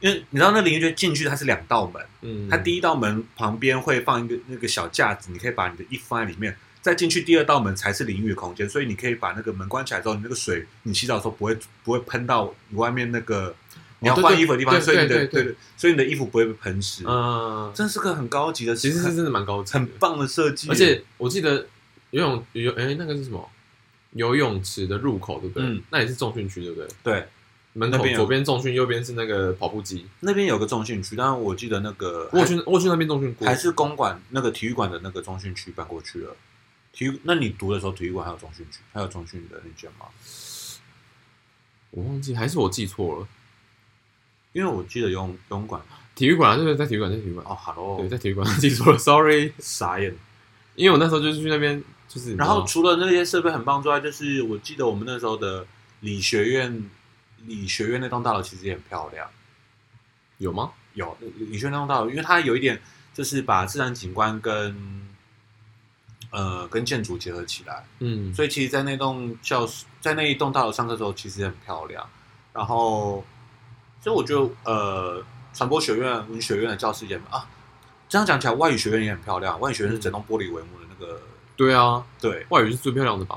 [SPEAKER 2] 因为你知道那淋浴间进去它是两道门，
[SPEAKER 1] 嗯，
[SPEAKER 2] 它第一道门旁边会放一个那个小架子，你可以把你的衣服放在里面。再进去第二道门才是淋浴的空间，所以你可以把那个门关起来之后，你那个水你洗澡的时候不会不会喷到你外面那个你
[SPEAKER 1] 哦
[SPEAKER 2] 要
[SPEAKER 1] 对
[SPEAKER 2] 换
[SPEAKER 1] 对
[SPEAKER 2] 衣服的地方，
[SPEAKER 1] 对
[SPEAKER 2] 所以你
[SPEAKER 1] 对
[SPEAKER 2] 的
[SPEAKER 1] 对对
[SPEAKER 2] 对，所以你的衣服不会被喷湿。
[SPEAKER 1] 嗯，
[SPEAKER 2] 真是个很高级的，
[SPEAKER 1] 其实是
[SPEAKER 2] 很
[SPEAKER 1] 真的蛮高级的，
[SPEAKER 2] 很棒的设计，
[SPEAKER 1] 而且我记得游泳游哎、那个是什么游泳池的入口，对不对？
[SPEAKER 2] 嗯
[SPEAKER 1] 那也是重训区，对不对？
[SPEAKER 2] 对，
[SPEAKER 1] 门口
[SPEAKER 2] 那边有
[SPEAKER 1] 左边重训，右边是那个跑步机。
[SPEAKER 2] 那边有个重训区，但是我记得那个
[SPEAKER 1] 我有去，我有去那边重训过
[SPEAKER 2] 还。是公馆那个体育馆的那个中训区搬过去了。体育，那你读的时候，体育馆还有中训区，还有中训的那间吗？
[SPEAKER 1] 我忘记，还是我记错了。
[SPEAKER 2] 因为我记得游泳游泳馆
[SPEAKER 1] 体育馆啊，对对，在体育馆，在体育馆。
[SPEAKER 2] 哦，Hello，
[SPEAKER 1] 对，在体育馆 记错了，sorry。
[SPEAKER 2] 傻眼。
[SPEAKER 1] 因为我那时候就是去那边，就是
[SPEAKER 2] 然后除了那些设备很棒之外，就是我记得我们那时候的理学院，理学院那栋大楼其实也很漂亮。
[SPEAKER 1] 有吗？
[SPEAKER 2] 有理学院那栋大楼，因为它有一点就是把自然景观跟呃跟建筑结合起来，
[SPEAKER 1] 嗯，
[SPEAKER 2] 所以其实，在那栋教室，在那一栋大楼上课的时候，其实很漂亮。然后，所以我觉得，呃，传播学院、文学院的教室也啊，这样讲起来，外语学院也很漂亮。外语学院是整栋玻璃帷幕的那个，
[SPEAKER 1] 对啊，
[SPEAKER 2] 对
[SPEAKER 1] 外语是最漂亮的吧？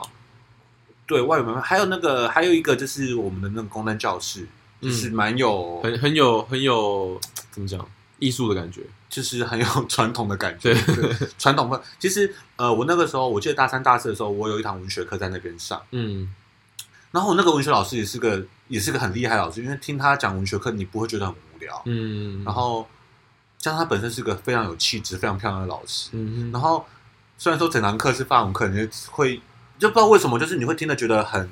[SPEAKER 2] 对，外语门还有那个，还有一个就是我们的那个公灯教室，就是
[SPEAKER 1] 嗯，
[SPEAKER 2] 蛮有，
[SPEAKER 1] 很很有很有怎么讲艺术的感觉。
[SPEAKER 2] 就是很有 传统的感觉，
[SPEAKER 1] 对，
[SPEAKER 2] 传统氛。其实，呃，我那个时候，我记得大三、大四的时候，我有一堂文学课在那边上。
[SPEAKER 1] 嗯，
[SPEAKER 2] 然后那个文学老师也是个也是个很厉害的老师，因为听他讲文学课，你不会觉得很无聊。
[SPEAKER 1] 嗯，
[SPEAKER 2] 然后，加上他本身是个非常有气质、非常漂亮的老师。
[SPEAKER 1] 嗯，
[SPEAKER 2] 然后，虽然说整堂课是法文课，你就会就不知道为什么，就是你会听得觉得很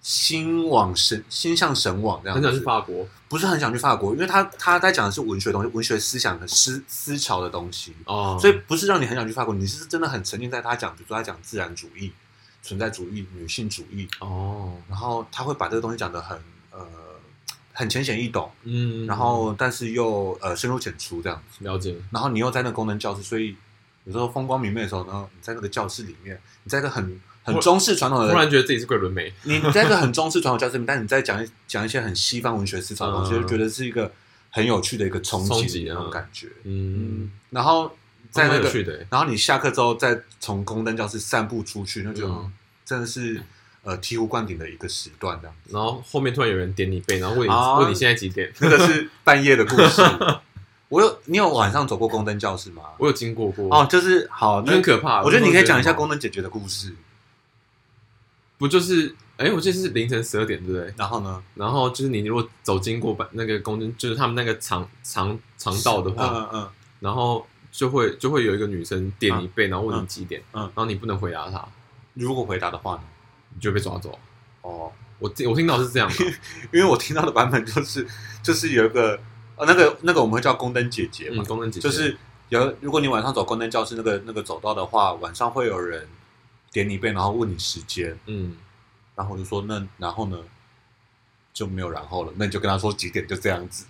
[SPEAKER 2] 心往神心向神往这样
[SPEAKER 1] 很
[SPEAKER 2] 子。
[SPEAKER 1] 想去法国。
[SPEAKER 2] 不是很想去法国，因为他他在讲的是文学的东西，文学思想和思思潮的东西。
[SPEAKER 1] 哦，
[SPEAKER 2] 所以不是让你很想去法国，你是真的很沉浸在他讲，比如说他讲自然主义、存在主义、女性主义，
[SPEAKER 1] 哦，
[SPEAKER 2] 然后他会把这个东西讲得很呃很浅显易懂，
[SPEAKER 1] 嗯，
[SPEAKER 2] 然后但是又呃深入浅出这样子。
[SPEAKER 1] 了解，
[SPEAKER 2] 然后你又在那个功能教室，所以有时候风光明媚的时候，然后你在那个教室里面，你在一个很很中式传统
[SPEAKER 1] 突
[SPEAKER 2] 的，
[SPEAKER 1] 然觉得自己是桂纶镁。
[SPEAKER 2] 你你在一个很中式传统教室里面，但你在讲一讲一些很西方文学思潮的东西，
[SPEAKER 1] 嗯
[SPEAKER 2] 就觉得是一个很有趣的一个冲
[SPEAKER 1] 冲
[SPEAKER 2] 击
[SPEAKER 1] 击
[SPEAKER 2] 的那
[SPEAKER 1] 嗯
[SPEAKER 2] 种感觉。嗯
[SPEAKER 1] 嗯，，
[SPEAKER 2] 然后在那
[SPEAKER 1] 蛮有
[SPEAKER 2] 个
[SPEAKER 1] 趣的欸，
[SPEAKER 2] 然后你下课之后再从公灯教室散步出去，那就、
[SPEAKER 1] 嗯
[SPEAKER 2] 真的是呃醍醐灌顶的一个时段这样子。
[SPEAKER 1] 然后后面突然有人点你背，然后问你
[SPEAKER 2] 啊
[SPEAKER 1] 问你现在几点？
[SPEAKER 2] 那个是半夜的故事。我有你有晚上走过公灯教室吗？
[SPEAKER 1] 我有经过过，
[SPEAKER 2] 哦，就是好，
[SPEAKER 1] 很
[SPEAKER 2] 那
[SPEAKER 1] 可怕。
[SPEAKER 2] 我觉得你可以讲一下
[SPEAKER 1] 公，
[SPEAKER 2] 公灯解决的故事。
[SPEAKER 1] 不就是哎，我记得是凌晨十二点，对不对？
[SPEAKER 2] 然后呢？
[SPEAKER 1] 然后就是你如果走经过把那个公灯，就是他们那个长长长道的
[SPEAKER 2] 嗯
[SPEAKER 1] 话，
[SPEAKER 2] 嗯嗯，
[SPEAKER 1] 然后就会就会有一个女生点你背，然后问你几点，
[SPEAKER 2] 嗯嗯
[SPEAKER 1] 然后你不能回答她，
[SPEAKER 2] 如果回答的话呢？
[SPEAKER 1] 你就会被抓走。
[SPEAKER 2] 哦，
[SPEAKER 1] 我听我听到是这样 的，
[SPEAKER 2] 因为我听到的版本就是 就是有一个呃那个那个我们会叫公灯姐姐嘛
[SPEAKER 1] 嗯，，公灯姐姐
[SPEAKER 2] 就是有如果你晚上走公灯教室那个那个走道的话，晚上会有人点你背，然后问你时间。
[SPEAKER 1] 嗯，
[SPEAKER 2] 然后我就说那然后呢就没有然后了，那你就跟他说几点，就这样子。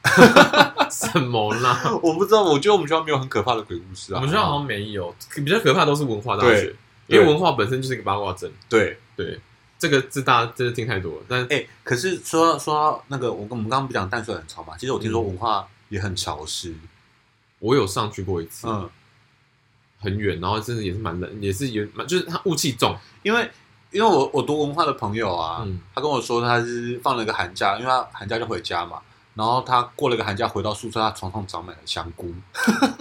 [SPEAKER 1] 什么啦？
[SPEAKER 2] 我不知道，我觉得我们学校没有很可怕的鬼故事啊。
[SPEAKER 1] 我们学校好像没有，比较可怕都是文化大学，
[SPEAKER 2] 对
[SPEAKER 1] 因为文化本身就是一个八卦阵。
[SPEAKER 2] 对，
[SPEAKER 1] 对，这个字大家真的听太多了，但
[SPEAKER 2] 哎、可是说到说到那个，我跟我们刚刚不讲淡水很潮嘛，其实我听说文化也很潮湿。
[SPEAKER 1] 我有上去过一次，
[SPEAKER 2] 嗯，
[SPEAKER 1] 很远，然后真的也是蛮冷，也是也蛮就是它雾气重，
[SPEAKER 2] 因为因为我我读文化的朋友啊，
[SPEAKER 1] 嗯
[SPEAKER 2] 他跟我说他是放了一个寒假，因为他寒假就回家嘛。然后他过了一个寒假回到宿舍，他床上长满了香菇，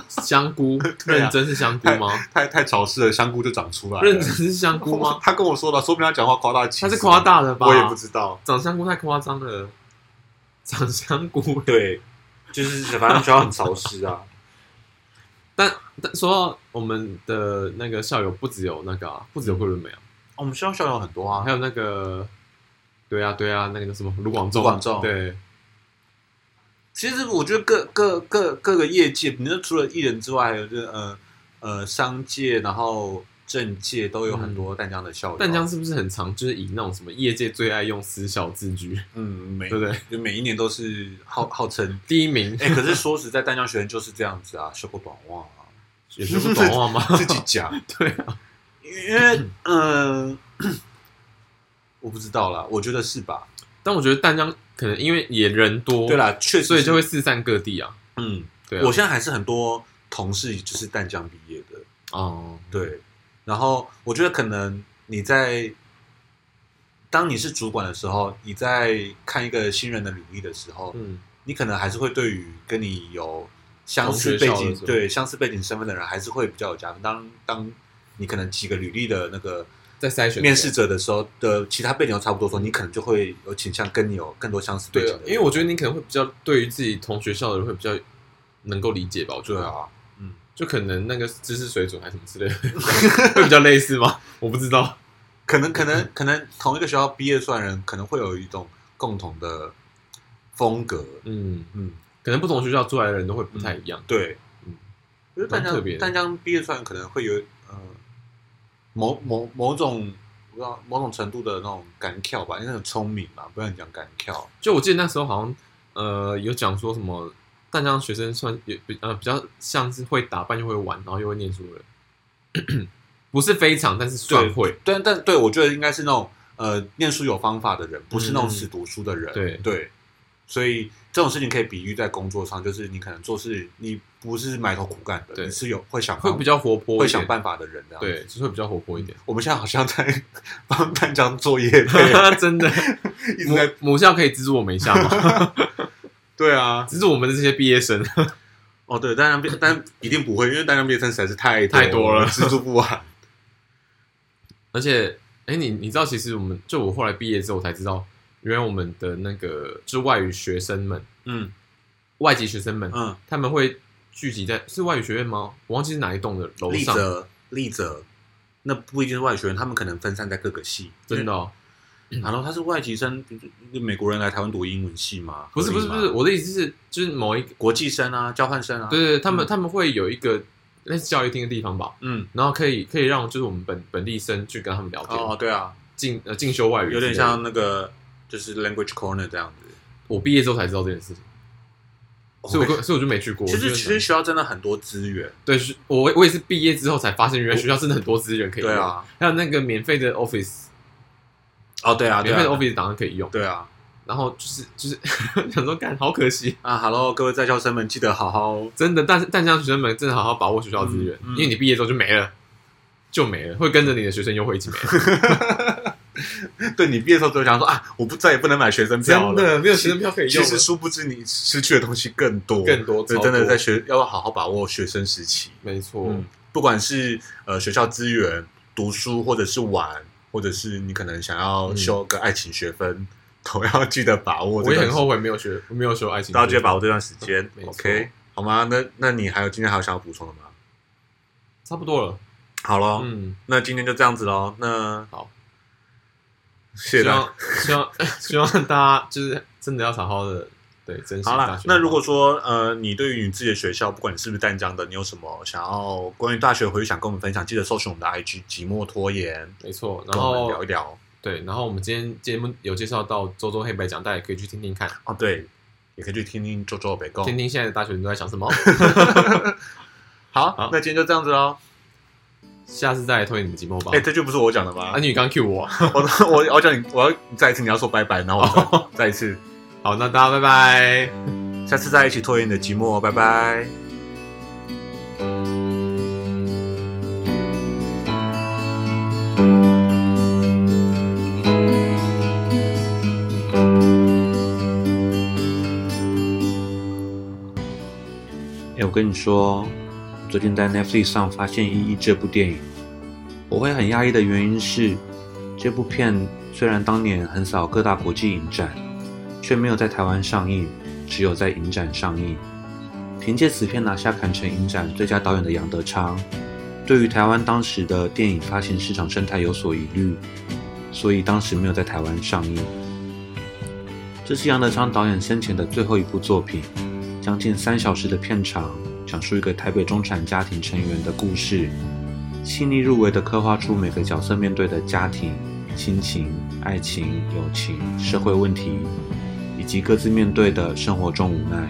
[SPEAKER 1] 香菇，
[SPEAKER 2] 对啊
[SPEAKER 1] 认真是香菇吗？
[SPEAKER 2] 太太潮湿了，香菇就长出来了。
[SPEAKER 1] 认真是香 菇吗？
[SPEAKER 2] 他跟我说了，说不定他讲话夸大其
[SPEAKER 1] 它
[SPEAKER 2] 词。
[SPEAKER 1] 是夸大的吧？
[SPEAKER 2] 我也不知道。
[SPEAKER 1] 长香菇太夸张了， 长香菇。
[SPEAKER 2] 对，就是反正学校很潮湿 啊。
[SPEAKER 1] 但说到我们的那个校友，不只有那个、啊，不只有桂纶镁啊，
[SPEAKER 2] 我们学校校友很多啊
[SPEAKER 1] 还，有那个，对啊对啊，那个叫什么卢广仲，
[SPEAKER 2] 卢广仲
[SPEAKER 1] 对，
[SPEAKER 2] 其实我觉得各各各各个业界，你说除了艺人之外，还有就是呃呃商界，然后政界都有很多淡江的校友啊。
[SPEAKER 1] 淡江是不是很常就是以那种什么业界最爱用私校自居，
[SPEAKER 2] 嗯，每
[SPEAKER 1] 对不对？
[SPEAKER 2] 就每一年都是号号称，
[SPEAKER 1] 第一名
[SPEAKER 2] 哎、可是说实在，淡江学院就是这样子啊，修过短袜、啊，
[SPEAKER 1] 也 是不懂话吗？
[SPEAKER 2] 自己讲，
[SPEAKER 1] 对啊，
[SPEAKER 2] 因为嗯、 我不知道啦，我觉得是吧？
[SPEAKER 1] 但我觉得淡江可能因为也人多，
[SPEAKER 2] 对，啦，确实是，
[SPEAKER 1] 所以就会四散各地啊。
[SPEAKER 2] 嗯，
[SPEAKER 1] 对啊，
[SPEAKER 2] 我现在还是很多同事就是淡江毕业的。
[SPEAKER 1] 哦，
[SPEAKER 2] 对，然后我觉得可能你在当你是主管的时候，你在看一个新人的履历的时候，
[SPEAKER 1] 嗯，
[SPEAKER 2] 你可能还是会对于跟你有相
[SPEAKER 1] 同
[SPEAKER 2] 似
[SPEAKER 1] 学
[SPEAKER 2] 背
[SPEAKER 1] 校的
[SPEAKER 2] 景
[SPEAKER 1] 时候
[SPEAKER 2] 对相似背景身份的人，还是会比较有加分。当当你可能几个履历的那个
[SPEAKER 1] 在筛选
[SPEAKER 2] 面试者的时候的其他背景都差不多的时候，你可能就会有倾向跟你有更多相似背
[SPEAKER 1] 对
[SPEAKER 2] 景
[SPEAKER 1] 啊
[SPEAKER 2] 的，人。
[SPEAKER 1] 因为我觉得你可能会比较对于自己同学校的人会比较能够理解吧，我觉
[SPEAKER 2] 对
[SPEAKER 1] 得，
[SPEAKER 2] 啊，嗯，
[SPEAKER 1] 就可能那个知识水准还是什么之类的， 会比较类似吗？我不知道，
[SPEAKER 2] 可能可能可能同一个学校毕业出来的人，可能会有一种共同的风格。
[SPEAKER 1] 嗯，
[SPEAKER 2] 嗯，
[SPEAKER 1] 可能不同学校出来的人都会不太一样，
[SPEAKER 2] 对，
[SPEAKER 1] 嗯
[SPEAKER 2] 嗯，我觉得淡
[SPEAKER 1] 蛮特别
[SPEAKER 2] 江
[SPEAKER 1] 的
[SPEAKER 2] 淡江毕业出来可能会有呃某某某种不知道某种程度的那种干跳吧，因为那种聪明嘛，不能讲干跳。
[SPEAKER 1] 就我记得那时候好像呃有讲说什么。淡江学生算也比呃比较像是会打扮又会玩，然后又会念书的人，不是非常，但是算会。
[SPEAKER 2] 但但对我觉得应该是那种呃念书有方法的人，不是那种
[SPEAKER 1] 嗯
[SPEAKER 2] 死读书的人。
[SPEAKER 1] 对
[SPEAKER 2] 对，所以这种事情可以比喻在工作上，就是你可能做事你不是埋头苦干的，
[SPEAKER 1] 对
[SPEAKER 2] 你是有会想
[SPEAKER 1] 会
[SPEAKER 2] 方
[SPEAKER 1] 比较活泼一点，
[SPEAKER 2] 会想办法的人。这样
[SPEAKER 1] 对，就是会比较活泼一点。
[SPEAKER 2] 我们现在好像在 帮淡江做 业配，
[SPEAKER 1] 真的，
[SPEAKER 2] 一直
[SPEAKER 1] 母
[SPEAKER 2] 在
[SPEAKER 1] 母校可以资助我们一下吗？
[SPEAKER 2] 对啊，
[SPEAKER 1] 资助我们的这些毕业生。
[SPEAKER 2] 哦，对，单量变单一定不会，因为单量变身实在是太
[SPEAKER 1] 太多了
[SPEAKER 2] 我们资助不完。
[SPEAKER 1] 而且，哎、你你知道，其实我们就我后来毕业之后才知道，原来我们的那个就是外语学生们、
[SPEAKER 2] 嗯
[SPEAKER 1] 外籍学生们，
[SPEAKER 2] 嗯，
[SPEAKER 1] 他们会聚集在是外语学院吗？我忘记是哪一栋的楼
[SPEAKER 2] 立
[SPEAKER 1] 上，
[SPEAKER 2] 泽立泽，那不一定是外学生，他们可能分散在各个系。
[SPEAKER 1] 真的、哦。
[SPEAKER 2] 嗯因为，然后他是外籍生，比如说一个美国人来台湾读英文系吗？
[SPEAKER 1] 不是不是
[SPEAKER 2] 合
[SPEAKER 1] 不
[SPEAKER 2] 理吗
[SPEAKER 1] 是，，我的意思是，就是某一个，
[SPEAKER 2] 国际生啊，交换生啊。
[SPEAKER 1] 对，对对，他们、
[SPEAKER 2] 嗯
[SPEAKER 1] 他们会有一个类似教育厅的地方吧，
[SPEAKER 2] 嗯，
[SPEAKER 1] 然后可以可以让就是我们本本地生去跟他们聊天，
[SPEAKER 2] 哦，对啊，
[SPEAKER 1] 进呃进修外语，
[SPEAKER 2] 有点。像那个就是 language corner 这样子。
[SPEAKER 1] 我毕业之后才知道这件事情，所以我
[SPEAKER 2] 哦
[SPEAKER 1] 跟所以我就没去过。
[SPEAKER 2] 其
[SPEAKER 1] 我
[SPEAKER 2] 实
[SPEAKER 1] 就是
[SPEAKER 2] 其实学校真的很多资源，
[SPEAKER 1] 对，是我我也是毕业之后才发现，原来学校真的很多资源可以用。
[SPEAKER 2] 对，啊，
[SPEAKER 1] 还有那个免费的 Office，
[SPEAKER 2] 哦对啊，对
[SPEAKER 1] 免费的
[SPEAKER 2] 啊，
[SPEAKER 1] Office 档案可以用。
[SPEAKER 2] 对啊
[SPEAKER 1] 然后就是就是 想说，干好可惜，
[SPEAKER 2] 啊，Hello，各位在校生们，记得好好
[SPEAKER 1] 真的。但是但像学生们，真的好好把握学校资源，
[SPEAKER 2] 嗯嗯
[SPEAKER 1] 因为你毕业之后就没了，就没了，会跟着你的学生优惠一 起没了。
[SPEAKER 2] 对你毕业的时候就想说啊，我不再也不能买学生票
[SPEAKER 1] 真
[SPEAKER 2] 了。
[SPEAKER 1] 的没有学生票可以
[SPEAKER 2] 其
[SPEAKER 1] 用了
[SPEAKER 2] 实，殊不知你失去的东西更多，
[SPEAKER 1] 更多
[SPEAKER 2] 对，
[SPEAKER 1] 超
[SPEAKER 2] 真的
[SPEAKER 1] 多
[SPEAKER 2] 在学要好好把握学生时期。
[SPEAKER 1] 没错。
[SPEAKER 2] 嗯，不管是呃学校资源、读书，或者是玩，或者是你可能想要
[SPEAKER 1] 嗯
[SPEAKER 2] 修个爱情学分，都要记得把握这
[SPEAKER 1] 我
[SPEAKER 2] 段时。
[SPEAKER 1] 也很后悔没有学没有修爱情
[SPEAKER 2] 大
[SPEAKER 1] 课，
[SPEAKER 2] 家记得把握这段时间
[SPEAKER 1] 没。错
[SPEAKER 2] OK，好吗？那那你还有今天还有想要补充的吗？
[SPEAKER 1] 差不多了。
[SPEAKER 2] 好咯，
[SPEAKER 1] 嗯，
[SPEAKER 2] 那今天就这样子喽。那
[SPEAKER 1] 好，希
[SPEAKER 2] 谢谢大家。
[SPEAKER 1] 望希望 希望大家就是真的要好好的对珍惜
[SPEAKER 2] 好
[SPEAKER 1] 大
[SPEAKER 2] 啦
[SPEAKER 1] 学，
[SPEAKER 2] 那
[SPEAKER 1] 的
[SPEAKER 2] 如果说呃，你对于你自己的学校，不管你是不是淡江的，你有什么想要关于大学回忆想跟我们分享，记得搜寻我们的 IG 寂寞拖延，
[SPEAKER 1] 没错，然
[SPEAKER 2] 跟我们
[SPEAKER 1] 后
[SPEAKER 2] 聊一聊。
[SPEAKER 1] 对，然后我们今天节目有介绍到周周黑白讲，大家也可以去听听看，
[SPEAKER 2] 哦，对，也可以去听听周周的北贡。
[SPEAKER 1] 听听现在的大学生都在想什么。
[SPEAKER 2] 好，
[SPEAKER 1] 好
[SPEAKER 2] 那今天就这样子喽。
[SPEAKER 1] 下次再来拖延你的寂寞吧。
[SPEAKER 2] 哎、这句不是我讲的吗？
[SPEAKER 1] 啊，你刚 Q 我，
[SPEAKER 2] 我 我我叫你，我要再一次，你要说拜拜，然后
[SPEAKER 1] 哦
[SPEAKER 2] 我再再一次，
[SPEAKER 1] 好，那大家拜拜。
[SPEAKER 2] 下次再一起拖延你的寂寞哦，拜拜。哎、我跟你说，我最近在 Netflix 上发现《一一》这部电影，我会很压抑的原因是，这部片虽然当年横扫各大国际影展，却没有在台湾上映，只有在影展上映。凭借此片拿下坎城影展最佳导演的杨德昌，对于台湾当时的电影发行市场生态有所疑虑，所以当时没有在台湾上映。这是杨德昌导演生前的最后一部作品，将近三小时的片长，讲述一个台北中产家庭成员的故事，细腻入微地刻画出每个角色面对的家庭、亲情、爱情、友情、社会问题，以及各自面对的生活中无奈。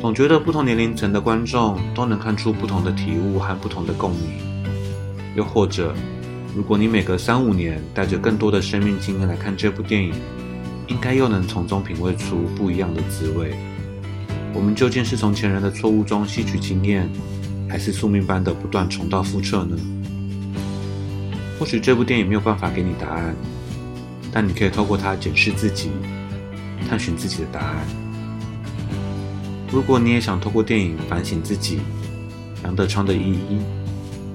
[SPEAKER 2] 总觉得不同年龄层的观众都能看出不同的体悟和不同的共鸣。又或者，如果你每隔三五年带着更多的生命经验来看这部电影，应该又能从中品味出不一样的滋味。我们究竟是从前人的错误中吸取经验，还是宿命般的不断重蹈覆辙呢？或许这部电影没有办法给你答案，但你可以透过它检视自己，探寻自己的答案。如果你也想透过电影反省自己，杨德昌的意义，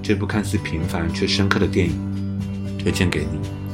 [SPEAKER 3] 这部看似平凡却深刻的电影，推荐给你。